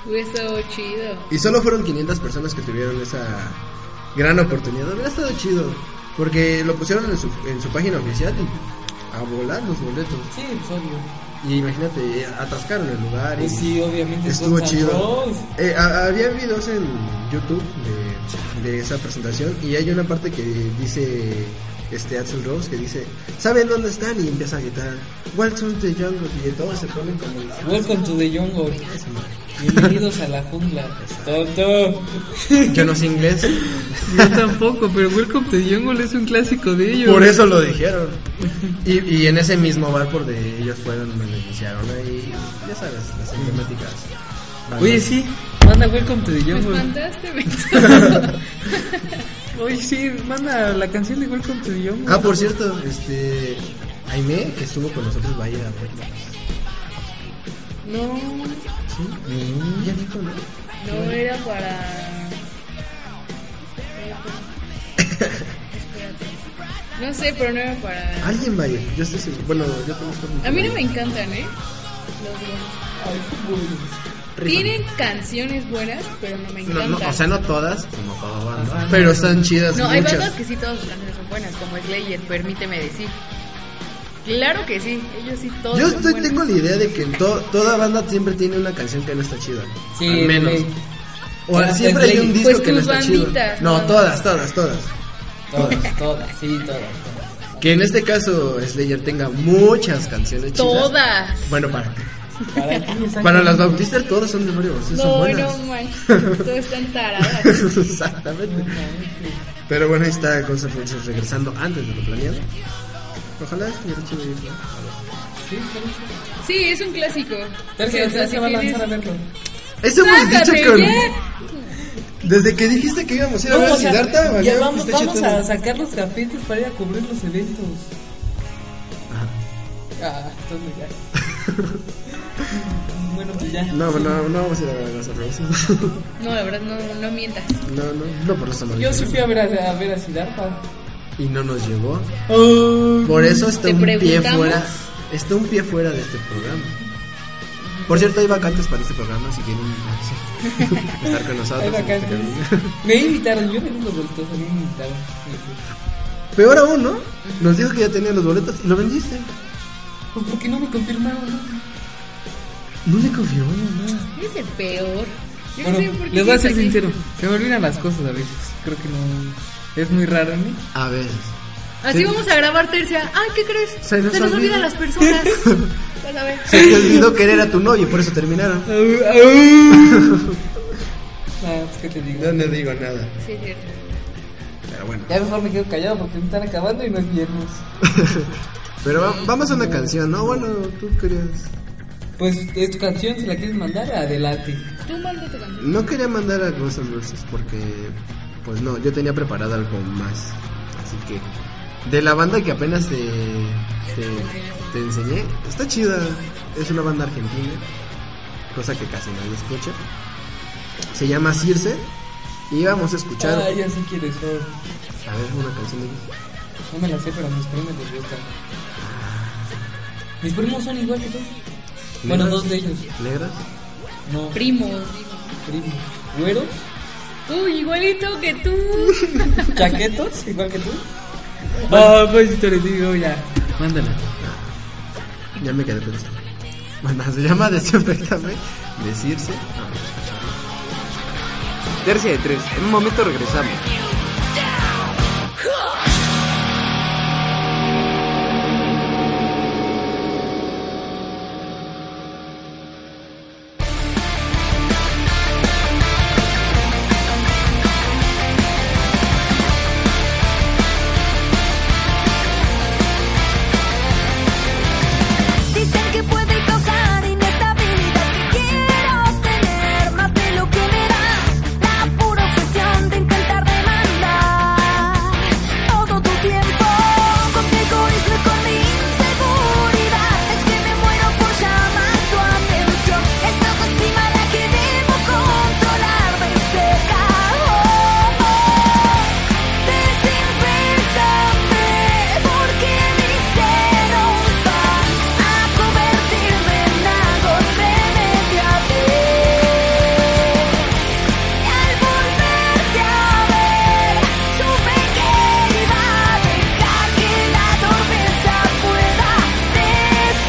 A: Uy, estuvo chido.
B: Y solo fueron 500 personas que tuvieron esa gran oportunidad. Hubiera estado chido. Porque lo pusieron en su, en su página oficial y a volar los boletos.
C: Sí, pues obvio.
B: Y imagínate, atascaron el lugar. Y
C: Pues sí, obviamente.
B: estuvo
C: Guns N'
B: chido.
C: Roses.
B: Eh, ha- había videos en YouTube de, de esa presentación. Y hay una parte que dice este Axel Rose que dice: ¿Saben dónde están? Y empieza a gritar: What's on the jungle? Y todos se ponen como la.
C: Welcome to the jungle. Bienvenidos a la jungla. Tonto.
B: Yo no sé inglés.
C: Yo tampoco, pero Welcome to the jungle es un clásico de ellos.
B: Por eso lo dijeron. Y, y en ese mismo bar por de ellos fueron donde iniciaron ahí, ya sabes, las emblemáticas. bandas.
C: Oye, sí. Manda Welcome to the
A: Me
C: jungle.
A: espantaste, Benito.
C: Oye, sí. Manda la canción de Welcome to the jungle.
B: Ah, por cierto, este Aime, que estuvo con nosotros, va a ir a vernos.
A: No,
B: Sí, Mm. ya dijo, ¿no?
A: no era para. Espérate. No sé, pero no era para.
B: Alguien va a ir, yo estoy seguro. Bueno, yo conozco
A: A mí no me encantan, ¿eh? Los Guns. Tienen canciones buenas, pero no me
B: No,
A: encantan.
B: no, o sea, no todas, como toda banda, pero están chidas
A: No, hay
B: muchas.
A: bandas que sí todas sus canciones son buenas, como Slayer, permíteme decir. Claro que sí, ellos sí todos
B: Yo
A: son
B: estoy,
A: buenas.
B: tengo la idea de que en to- toda banda siempre tiene una canción que no está chida.
C: Sí,
B: al menos.
C: güey.
B: O
C: Pues,
B: siempre hay un
C: pues,
B: disco que no
A: tus
B: está chido.
A: banditas,
B: No,
A: ¿no?
B: todas, todas, todas.
C: Todas, todas, sí, todas. todas.
B: Que en este caso Slayer tenga muchas canciones chidas.
A: Todas.
B: Bueno, para
C: Para ti, exacto.
B: para las Bautistas todas son de Mario Bautista, son
A: No,
B: buenas.
A: no manches, todas están taradas.
B: Exactamente. Pero bueno, ahí está Guns N' Roses regresando antes de lo planeado. Ojalá estuviera chido ir, ¿no?
A: Sí, es un clásico.
C: Tal
A: Sí,
C: que
A: o sea,
C: se
A: si
C: va a lanzar a
A: quieres-
C: verlo.
B: Eso hemos dicho
A: Sácate, ¿eh?
B: con.
A: ya.
B: Desde que dijiste que íbamos a ir a
C: No,
B: ver
C: o
B: a
C: sea,
B: Siddhartha,
C: ya
B: valió
C: vamos,
B: este
C: vamos
B: chetón.
C: a sacar los tapetes para ir a cubrir los eventos. Ah, entonces ya. bueno, pues ya.
B: No, no, no vamos a ir a ver a Guns N' Roses.
A: No, la verdad, no, no mientas.
B: No, no, no por eso no.
C: Yo sí fui a ver a, a ver a Siddhartha.
B: Y no nos llegó.
C: Oh.
B: Por eso está
A: ¿Te
B: un pie
A: preguntamos?
B: fuera. Está un pie fuera de este programa. Por cierto, hay vacantes para este programa si quieren sí, estar con nosotros.
C: Hay
B: en este
C: vacantes.
B: camino.
C: Me invitaron, yo tenía los boletos, a mí me invitaron.
B: Peor aún, ¿no? Nos dijo que ya tenía los boletos y lo vendiste.
C: Pues porque no me confirmaron.
B: No le confió nada.
A: Es el peor. Yo no sé por
C: Bueno,
A: qué
C: les voy a
A: sigues
C: ser
A: aquí.
C: sincero. Se me olvidan las cosas a veces. Creo que no. Es muy raro en mí.
B: A veces.
A: Así vamos a grabar tercia. Ah, ¿qué crees?
B: Se nos
A: olvidan
B: olvida.
A: las personas. Vas a ver.
B: Se te olvidó que era tu novio, por eso terminaron.
C: Ah, pues, ¿qué te digo?
B: no digo nada.
A: Sí, es cierto.
B: Pero bueno.
C: Ya mejor me quedo callado porque me están acabando y no es viernes.
B: Pero va- vamos a una canción, ¿no? Bueno, tú querías.
C: Pues es tu canción, si la quieres mandar, adelante.
A: Tú manda tu canción.
B: No quería mandar a Guns N' Roses porque, pues no, yo tenía preparado algo más. Así que, de la banda que apenas te, te, te enseñé, está chida. Es una banda argentina, cosa que casi nadie escucha. Se llama Circe y vamos a escuchar.
C: Ah, ya sí quieres, oh.
B: A ver, una canción de
C: No me la sé, pero a mis primos les gusta. Mis primos son igual que tú. Bueno, dos de ellos.
B: ¿Negras?
C: No,
A: Primos, digo.
C: primos. ¿Güeros?
A: Tú, igualito que tú.
C: ¿Chaquetos? Igual que tú. Ah, pues te lo digo ya. Mándala.
B: Ya me quedé pensando. Bueno, se llama Desinfectame de Circe. Vamos a escucharlo.
E: Tercia de tres. En un momento regresamos.
F: Dicen que puede causar inestabilidad que quiero tener más de lo que me das La pura obsesión de intentar demandar Todo tu tiempo con mi egoísmo y con mi inseguridad Es que me muero por llamar tu atención Esta autoestima la que debo controlar Vencer cada Desinfectame porque mis senos van a convertirme en algo irremediable. Y al volverte a ver, supe que iba a dejar que la tormenta pueda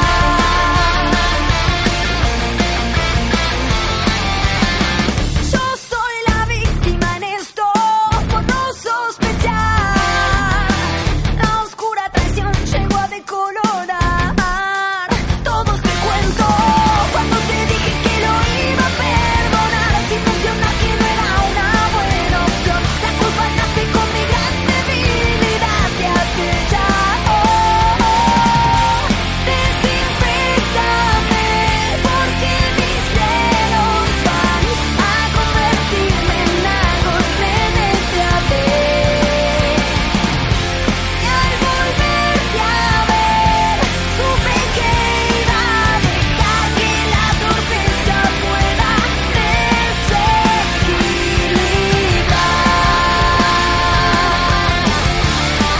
F: desequilibrar. Yo soy la víctima en esto por no sospechar. La oscura traición llegó a decolorar todo este cuento. Cuando te dije que lo iba a perdonar, si funcionó que no era una buena opción. La culpa nace con mi gran debilidad de oh, acechar. Desinfectame porque mis celos van a convertirme en algo irremediable Y al volverte a ver supe que iba a dejar que la torpeza pueda desequilibrar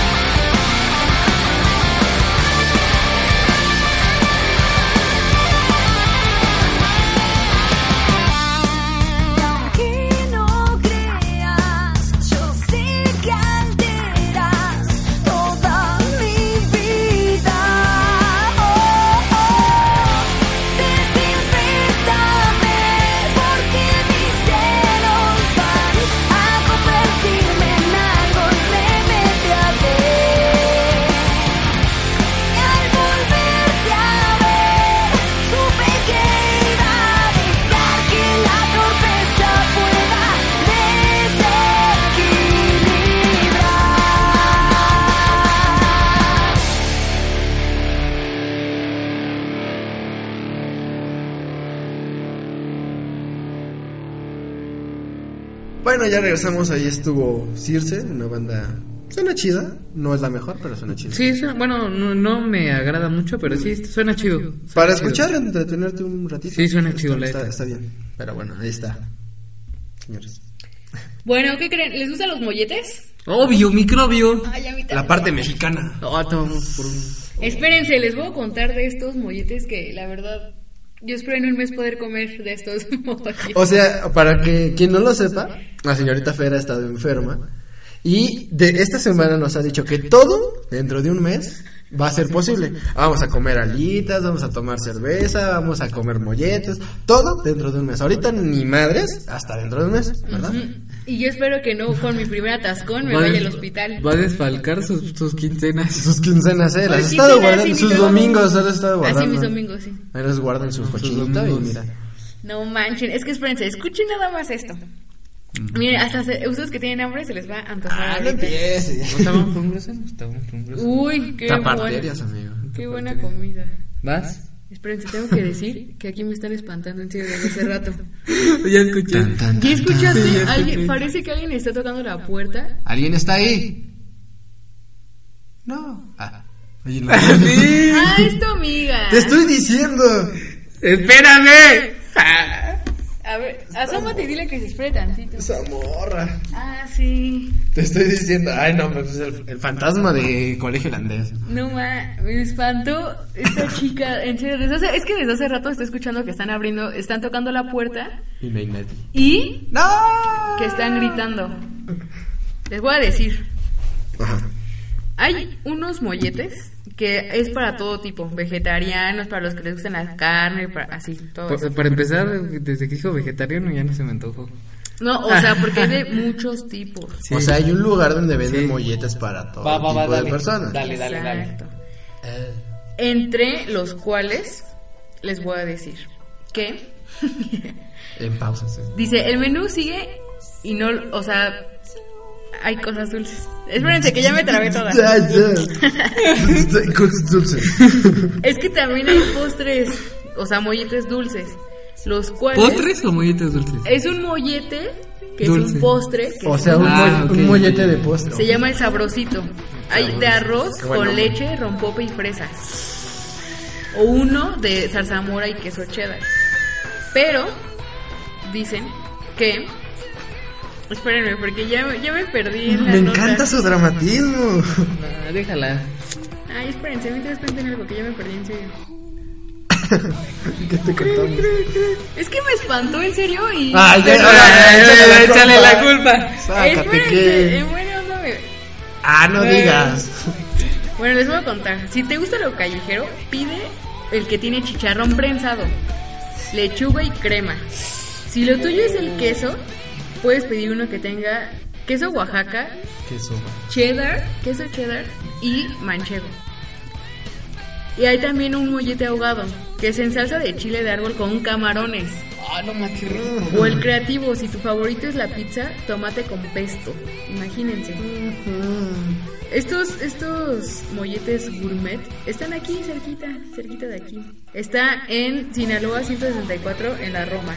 F: Y aunque no creas, yo sé que alteras toda mi vida. Desinfectame porque mis celos van a convertirme en algo irremediable. Y al volverte a ver, supe que iba a dejar que la torpeza pueda desequilibrar.
B: Bueno, ya regresamos. Ahí estuvo Circe, una banda. Suena chida. No es la mejor, pero suena chida.
C: Sí, suena- bueno, no, no me agrada mucho, pero sí, suena chido. Suena
B: Para
C: chido.
B: escuchar, entretenerte un ratito.
C: Sí, suena
B: Está-
C: chido, la
B: Está,
C: neta.
B: está bien. Pero bueno, ahí está. Señores.
A: Bueno, ¿qué creen? ¿Les gustan los molletes?
C: Obvio, microbio.
A: Ay, a mí también.
B: La parte mexicana.
C: Ah, tomamos por un-
A: Espérense, les voy a contar de estos molletes que, la verdad, yo espero en un mes poder comer de estos molletes.
B: O sea, para que quien no lo sepa, la señorita Fera ha estado enferma. Y de esta semana nos ha dicho que todo dentro de un mes va a ser posible. Vamos a comer alitas, vamos a tomar cerveza, vamos a comer molletes, todo dentro de un mes. Ahorita ni madres, hasta dentro de un mes, ¿verdad?
A: Y yo espero que no con mi primer atascón me
C: Va a
A: vaya
C: des-
A: al hospital.
C: Va a desfalcar sus, sus quincenas.
B: Sus quincenas, ¿eh? Las
A: Pues
B: has
A: sí,
B: estado
A: pero así
B: guardando,
A: mi
B: sus
A: domingo.
B: domingos, las has estado guardando.
A: Así mis domingos, sí.
B: Ahí las guardan sus cochinita y
C: domingos.
B: mira.
A: No manchen, es que espérense, escuchen nada más esto. Miren, hasta se- ustedes que tienen hambre se les va a antojar.
B: Ah, no
A: ahorita.
B: empieces.
C: ¿No estaban por un grosero? Estaban por un grosero.
A: Uy, qué buena,
B: Taparterias, amigo.
A: qué buena comida.
C: ¿Vas?
A: Espérense, tengo que decir que aquí me están espantando en serio desde hace rato.
C: Ya escuché.
B: Tan,
A: ¿Ya
B: tan, tan, tan.
A: escuchaste?
C: Sí, ya
A: Alguien-
C: escuché.
A: parece que alguien está tocando la puerta.
B: ¿Alguien está ahí? No. Ah. Oye, no.
C: ¡Sí!
A: ¡Ah, esto, amiga!
B: Te estoy diciendo.
C: ¡Espérame! Ah.
A: A ver, asómate y dile que se espere tantito.
B: Esa morra.
A: Ah, sí.
B: Te estoy diciendo. Ay, no, pues es el, el fantasma de colegio holandés.
A: No ma, me espantó esta chica. En serio, desde hace- es que desde hace rato estoy escuchando que están abriendo, están tocando la puerta
B: Y no hay nadie.
A: y
B: ¡No!
A: que están gritando. Les voy a decir,
B: Ajá.
A: hay unos molletes que es para todo tipo, vegetarianos, para los que les gustan la carne, para así, todo eso.
C: Por- para empezar, desde que dijo vegetariano ya no se me antojó.
A: No, o sea, porque hay de muchos tipos.
C: Sí.
B: O sea, hay un lugar donde venden
C: Sí.
B: molletes para todo tipo de personas.
C: Dale, dale, dale.
A: Exacto.
B: Eh,
A: Entre los cuales les voy a decir que
B: en pausa, sí.
A: Dice, el menú sigue y no, o sea, hay cosas dulces. Espérense que ya me trabé toda.
B: Ya, ya. Estoy con sus dulces.
A: Es que también hay postres, o sea, molletes dulces, los cuales
C: ¿Postres o molletes dulces?
A: es un mollete que es
C: Dulce.
A: un postre que
B: O
A: es-
B: sea, un,
C: Ah,
B: mo-
C: ok.
B: un mollete de postre.
A: se llama el sabrosito. Hay de arroz
B: Bueno.
A: con leche, rompope y fresas. O uno de zarzamora y queso cheddar. Pero dicen que Espérenme, porque ya, me- ya me perdí en la
B: Me
A: nota.
B: encanta su dramatismo.
C: No, Eh, déjala.
A: Ay, espérense, mientras cuenten algo que ya me perdí en serio.
B: ¿Qué te contamos?
A: Es que me espantó en serio y.
B: Ay, ya,
A: Pero-
B: ya, ya, ya,
C: Échale
B: ya,
C: la
B: ya.
C: culpa.
B: Sácate
A: Espérense,
B: que.
A: en buena onda me-
B: Ah, no digas.
A: Bueno, les voy a contar. Si te gusta lo callejero, pide el que tiene chicharrón prensado, lechuga y crema. Si lo tuyo es el queso, puedes pedir uno que tenga queso Oaxaca,
B: Queso.
A: cheddar, queso cheddar y manchego. Y hay también un mollete ahogado, que es en salsa de chile de árbol con camarones.
C: Ah, no más, qué rico.
A: O el creativo, si tu favorito es la pizza, tomate con pesto. Imagínense. Estos, estos molletes gourmet están aquí, cerquita, cerquita de aquí. Está en Sinaloa 164, en la Roma.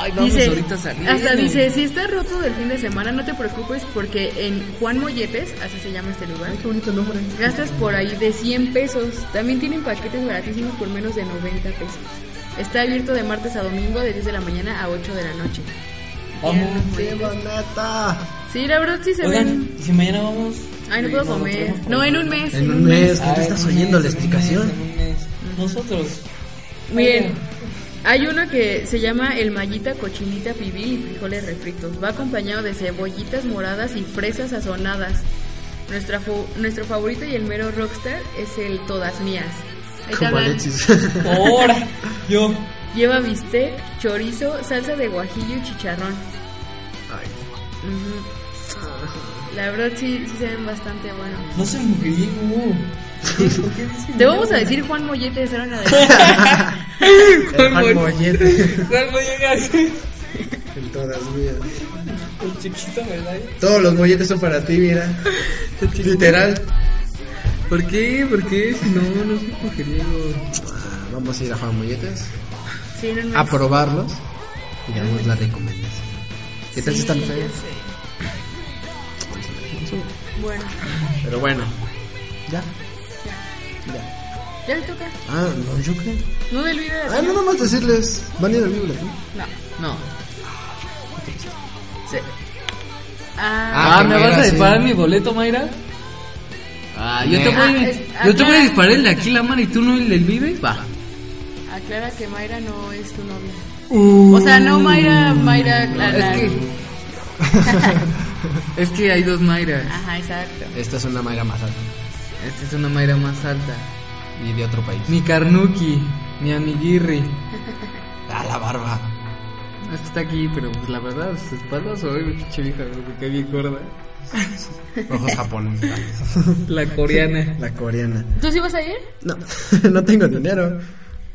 C: Ay, vamos ahorita saliendo.
A: hasta dice, si estás roto del fin de semana, no te preocupes porque en Juan Molletes, así se llama este lugar,
B: Qué bonito nombre.
A: gastas por ahí de 100 pesos. También tienen paquetes baratísimos por menos de 90 pesos. Está abierto de martes a domingo de 10 de la mañana a 8 de la noche.
C: Vamos.
B: Qué bonita.
A: Sí, la verdad sí se ven.
C: Oigan, ¿y si mañana vamos?
A: Ay, no puedo
C: Nos
A: comer.
C: vemos por-
A: No, en un mes.
B: En un mes, ¿qué
C: Ah,
B: te
C: en
B: estás
C: un
B: oyendo
C: mes,
B: la
C: en un
B: explicación?
C: mes, en un mes. Nosotros.
A: Miren, hay uno que se llama el mallita cochinita pibil y frijoles refritos. Va acompañado de cebollitas moradas y fresas sazonadas. Nuestra fu- nuestro favorito y el mero rockstar es el todas mías. Ahí te
B: Como
A: van.
B: Alexis.
C: Ahora, yo.
A: Lleva bistec, chorizo, salsa de guajillo y chicharrón. Ujú. La verdad sí, sí se ven bastante buenos.
C: No soy mujeriego. ¿Por qué dices
A: Te
C: mujeriego?
A: vamos a decir Juan Mollete de Sara en adelante.
B: El mal
C: Juan
B: mollete.
C: ¿Cuál llegas?
B: En todas mías.
C: El chiquito, ¿verdad?
B: Todos los molletes son para ti, mira. Literal.
C: ¿Por qué? ¿Por qué? Si no, no soy mujeriego.
B: Ah, Vamos a ir a Juan Molletes.
A: Sí, no, no.
B: A probarlos. Y damos la recomendación. ¿Qué tal si están feos?
A: Bueno,
B: Pero bueno. Ya. Ya.
A: ya le toca.
B: Ah, no, yo creo.
A: No del video.
B: Ah, no, nomás decirles. Van a ir al Biblia.
A: No.
C: No.
A: Sí. Ah,
B: Ah,
C: Ah, ¿me
B: Mayra,
C: vas a
B: sí.
C: disparar mi boleto, Mayra? Ah, yo te
B: Nel.
C: voy,
A: Ah, es-
C: yo te voy a
A: aclara.
C: disparar el de aquí la mano y tú no el del Vive. Va.
B: Ah.
A: aclara que Mayra no es tu novia.
B: Uh.
A: o sea, no Mayra, Mayra, la, la-
C: Es que. es que hay dos Mayras. Ah.
A: Ajá, exacto.
B: Esta es una Mayra más alta.
C: Esta es una Mayra más alta.
B: Y de otro país.
C: Mi Carnuki, mi Amiguirri.
B: A la barba.
C: Es que está aquí, pero pues la verdad, sus espaldas hoy, pinche vieja, porque qué bien gorda.
B: Ojos japoneses.
C: La coreana.
G: La coreana.
A: ¿Tú sí vas a ir?
G: No, no tengo dinero.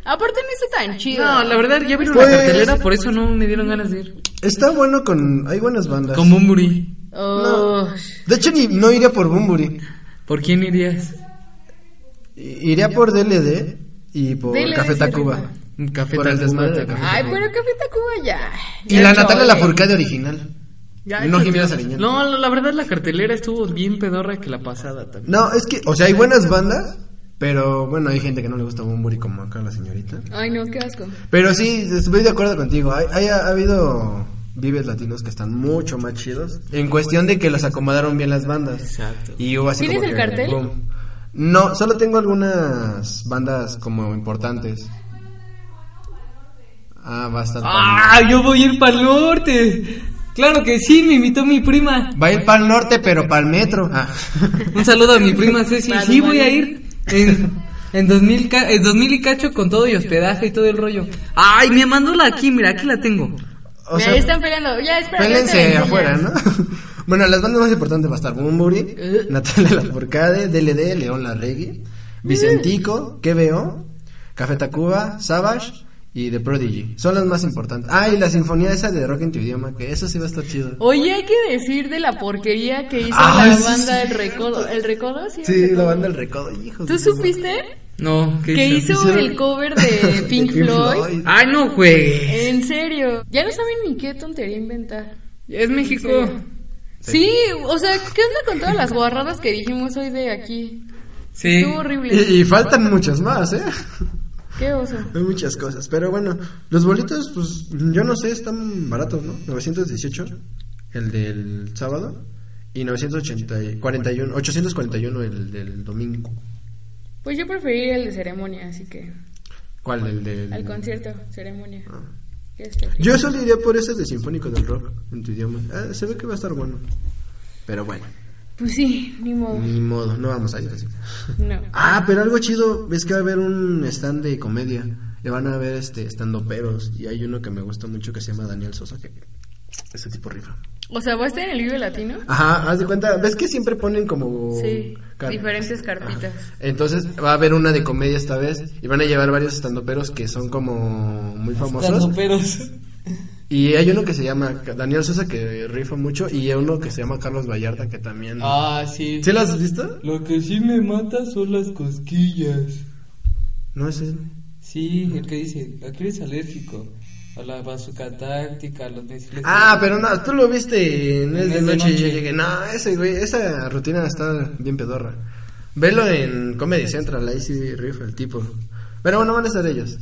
A: Aparte no está tan chido.
C: No, la verdad, ya vieron
G: Pues-
C: la cartelera, por eso no me dieron ganas de ir.
B: Está bueno con. Hay buenas bandas.
C: Con Bumburi.
A: Oh,
B: De hecho, ni, no iría por Bumburi.
C: ¿Por quién irías?
B: I- Iría por DLD y por
A: DLD
B: Café
A: sí
B: Tacuba.
A: rifa.
C: Un café
B: Por el
C: Tacuba,
B: desmadre de
C: Tacuba.
B: Café
A: Ay, pero Café Tacuba ya.
B: Y la Natalia Lafourcade original.
A: Ya,
B: no
A: ya.
B: Jimena Sariñana. No.
C: pues, No, la- la verdad la cartelera estuvo bien pedorra que la pasada también.
B: es que, o sea, hay buenas bandas, pero bueno, hay gente que no le gusta Bumburi como acá la señorita.
A: Ay, no, qué asco.
B: Pero sí, estoy de acuerdo contigo. Hay, hay- ha habido vives latinos que están mucho más chidos. En cuestión de que los acomodaron bien las bandas.
C: Exacto.
B: Y hubo así
A: ¿Tienes
B: como
A: el
B: que,
A: cartel?
B: boom. No, solo tengo algunas bandas como importantes. Ah, bastante.
C: ¡Ah! Yo voy a ir para el norte. Claro que sí, me invitó mi prima.
B: Va a ir para el norte, pero para el metro. Ah.
C: Un saludo a mi prima Ceci.
A: Para
C: Sí, voy a
A: María.
C: ir. En, en, 2000, ca- en 2000 y cacho con todo y hospedaje y todo el rollo. Ay, me mandó la aquí, mira, aquí la tengo.
B: O
A: Mira,
B: sea,
A: ahí están peleando. Ya, espera. ya te la
B: pélense
A: enseño.
B: afuera, ¿no? bueno, las bandas más importantes va a estar Bumburi,
A: Eh.
B: Natalia Lafourcade, DLD, León Larregui,
A: Mm.
B: Vicentico, KBO, Café Tacuba, Savage y The Prodigy. Son las más importantes. Ah, y la sinfonía esa de rock en tu idioma, que eso sí va a estar chido.
A: Oye, hay que decir de la porquería que hizo
B: Ah,
A: la
B: sí,
A: banda
B: sí.
A: El Recodo. ¿El Recodo? Sí.
B: Sí, la banda del recodo, hijos.
A: ¿Tú
B: de-
A: supiste
C: No, ¿qué
A: que hizo
B: Hicieron-
A: el cover de Pink
B: Pink
A: Floyd? Ah,
B: Floyd.
C: Ay, no juegues.
A: En serio. Ya no saben ni qué tontería inventar.
C: Es México.
A: Sí, o sea, ¿qué onda con todas las guarradas que dijimos hoy de aquí?
C: Sí.
A: Estuvo horrible.
B: Y, y faltan muchas más, ¿eh?
A: Qué oso.
B: Hay muchas cosas, pero bueno, los boletos, pues yo no sé, están baratos, ¿no? 918, el del sábado, y 980, 41, 841 el del domingo.
A: Pues yo preferí el de ceremonia, así que
B: ¿Cuál? El del.
A: al concierto, ceremonia.
C: Ah.
A: Que este. es terrible.
B: Yo solo iría por ese de Sinfónico del Rock, en tu idioma. Ah, se ve que va a estar bueno. Pero bueno,
A: Pues sí, ni modo.
B: ni modo, no vamos a ir así.
A: No.
B: Ah, pero algo chido es que va a haber un stand de comedia. Le van a ver este estando peros. Y hay uno que me gusta mucho que se llama Daniel Sosa, que ese tipo rifa.
A: O sea, ¿va a estar en el Vive Latino?
B: Ajá, haz de cuenta, ves que siempre ponen como
A: Sí,
B: car-
A: diferentes cartitas.
B: Ajá. Entonces va a haber una de comedia esta vez y van a llevar varios estandoperos que son como muy famosos.
C: Tandoperos.
B: Y hay uno que se llama Daniel Sosa que rifa mucho y hay uno que se llama Carlos Vallarta que también.
C: Ah, sí.
B: ¿Sí lo has visto?
C: Lo que sí me mata son las cosquillas.
B: No es ese.
C: Sí, el que dice, ¿a qué eres alérgico? A la bazooka táctica, a los misiles.
B: Ah, pero no, tú lo viste en Es de
C: Es de
B: noche. y
C: noche.
B: llegué. No, ese güey, esa rutina está bien pedorra. Velo en Comedy Central, ahí sí rifa el tipo. Pero bueno, van a estar ellos.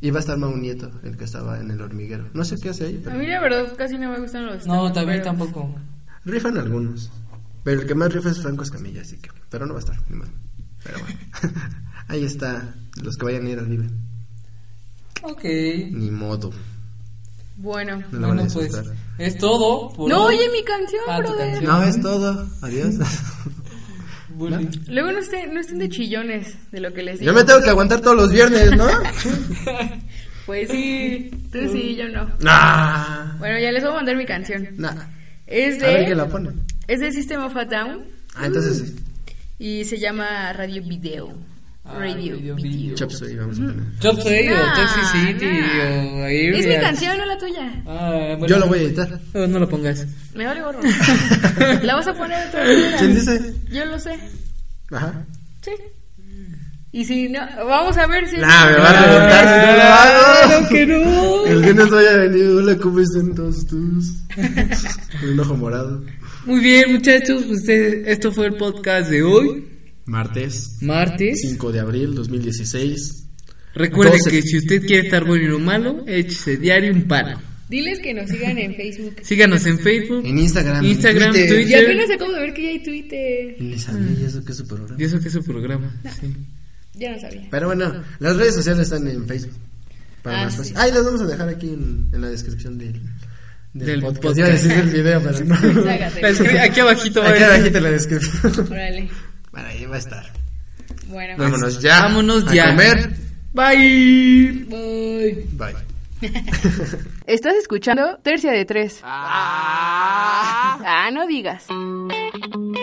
B: Y va a estar Mau Nieto, el que estaba en el hormiguero. No sé qué hace ahí,
A: A
B: pero
A: mí la verdad casi Pues no me gustan los
C: No,
A: stand-uperos.
C: también tampoco.
B: rifan algunos. Pero el que más rifa es Franco Escamilla, así que. Pero no va a estar, ni modo. Pero bueno. ahí está, los que vayan a ir al vive.
C: Ok.
B: Ni modo,
A: Bueno.
B: no lo van a
C: Bueno, pues
B: disfrutar.
C: es todo. por
A: No,
C: hoy.
A: oye mi canción,
C: Ah, tu
A: brother.
C: canción.
B: No, es todo. Adiós.
C: Bullying.
A: Luego no estén, no estén de chillones de lo que les digo.
B: Yo me tengo que aguantar todos los viernes, ¿no?
A: Pues sí, tú sí, yo no.
B: Nah.
A: Bueno, ya les voy a mandar mi canción.
B: Nah.
A: Es
B: A ver qué la
A: de,
B: pone.
A: es de System of a Down
B: Ah, entonces sí.
A: y se llama Radio Video.
C: Ah,
A: Radio,
C: Radio
A: Video.
B: Chop Suey, vamos a poner.
C: Chop Suey
A: Nah,
C: o Toxic City
A: nah.
C: o
A: Es mi
C: Areas.
A: canción, no la tuya.
C: Ah, bueno.
B: Yo lo voy a editar.
C: No, no lo pongas.
A: Me vale gorro. la vas a poner de todas
B: ¿Quién
A: maneras.
B: dice?
A: Yo lo sé.
B: Ajá.
A: Sí.
C: Mm.
A: Y si no, vamos a ver si.
B: Nah, me va a reventar si Ah, no la hago.
C: Claro que no.
B: El viernes voy a venir. Hola, ¿cómo están todos tus? Con un ojo morado.
C: Muy bien, muchachos. Pues eh, esto fue el podcast de hoy,
B: Martes,
C: martes.
B: 5 de abril 2016.
C: Recuerden
B: Doce.
C: que si usted quiere estar bueno y no malo, échese diario un paro.
A: Diles que nos sigan en Facebook.
C: Síganos en Facebook.
B: En Instagram.
C: Instagram,
A: Y
C: Twitter.
A: apenas acabo de ver que ya hay Twitter.
B: Y Les hablé, ¿y eso qué es su programa?
C: Y eso que es su programa. sí.
A: Ya no sabía.
B: Pero bueno, las redes sociales están en Facebook. Para
A: Ah,
B: más
A: sí.
B: fácil. Ah, y las vamos a dejar aquí en, en la descripción del, del,
C: Del
B: podcast.
C: podcast.
B: Iba a decir del video, pero no.
A: Sácate.
C: La escri- Aquí abajito va a
B: Aquí
C: decir-
B: abajito en la descripción.
A: Órale.
B: Para ahí va a estar.
A: Bueno,
B: Vámonos ya.
C: vámonos
B: a
C: ya.
B: comer.
C: Bye. Bye.
B: Bye.
A: Estás Ah, escuchando Tercia de Tres. Ah, no digas.
D: uh,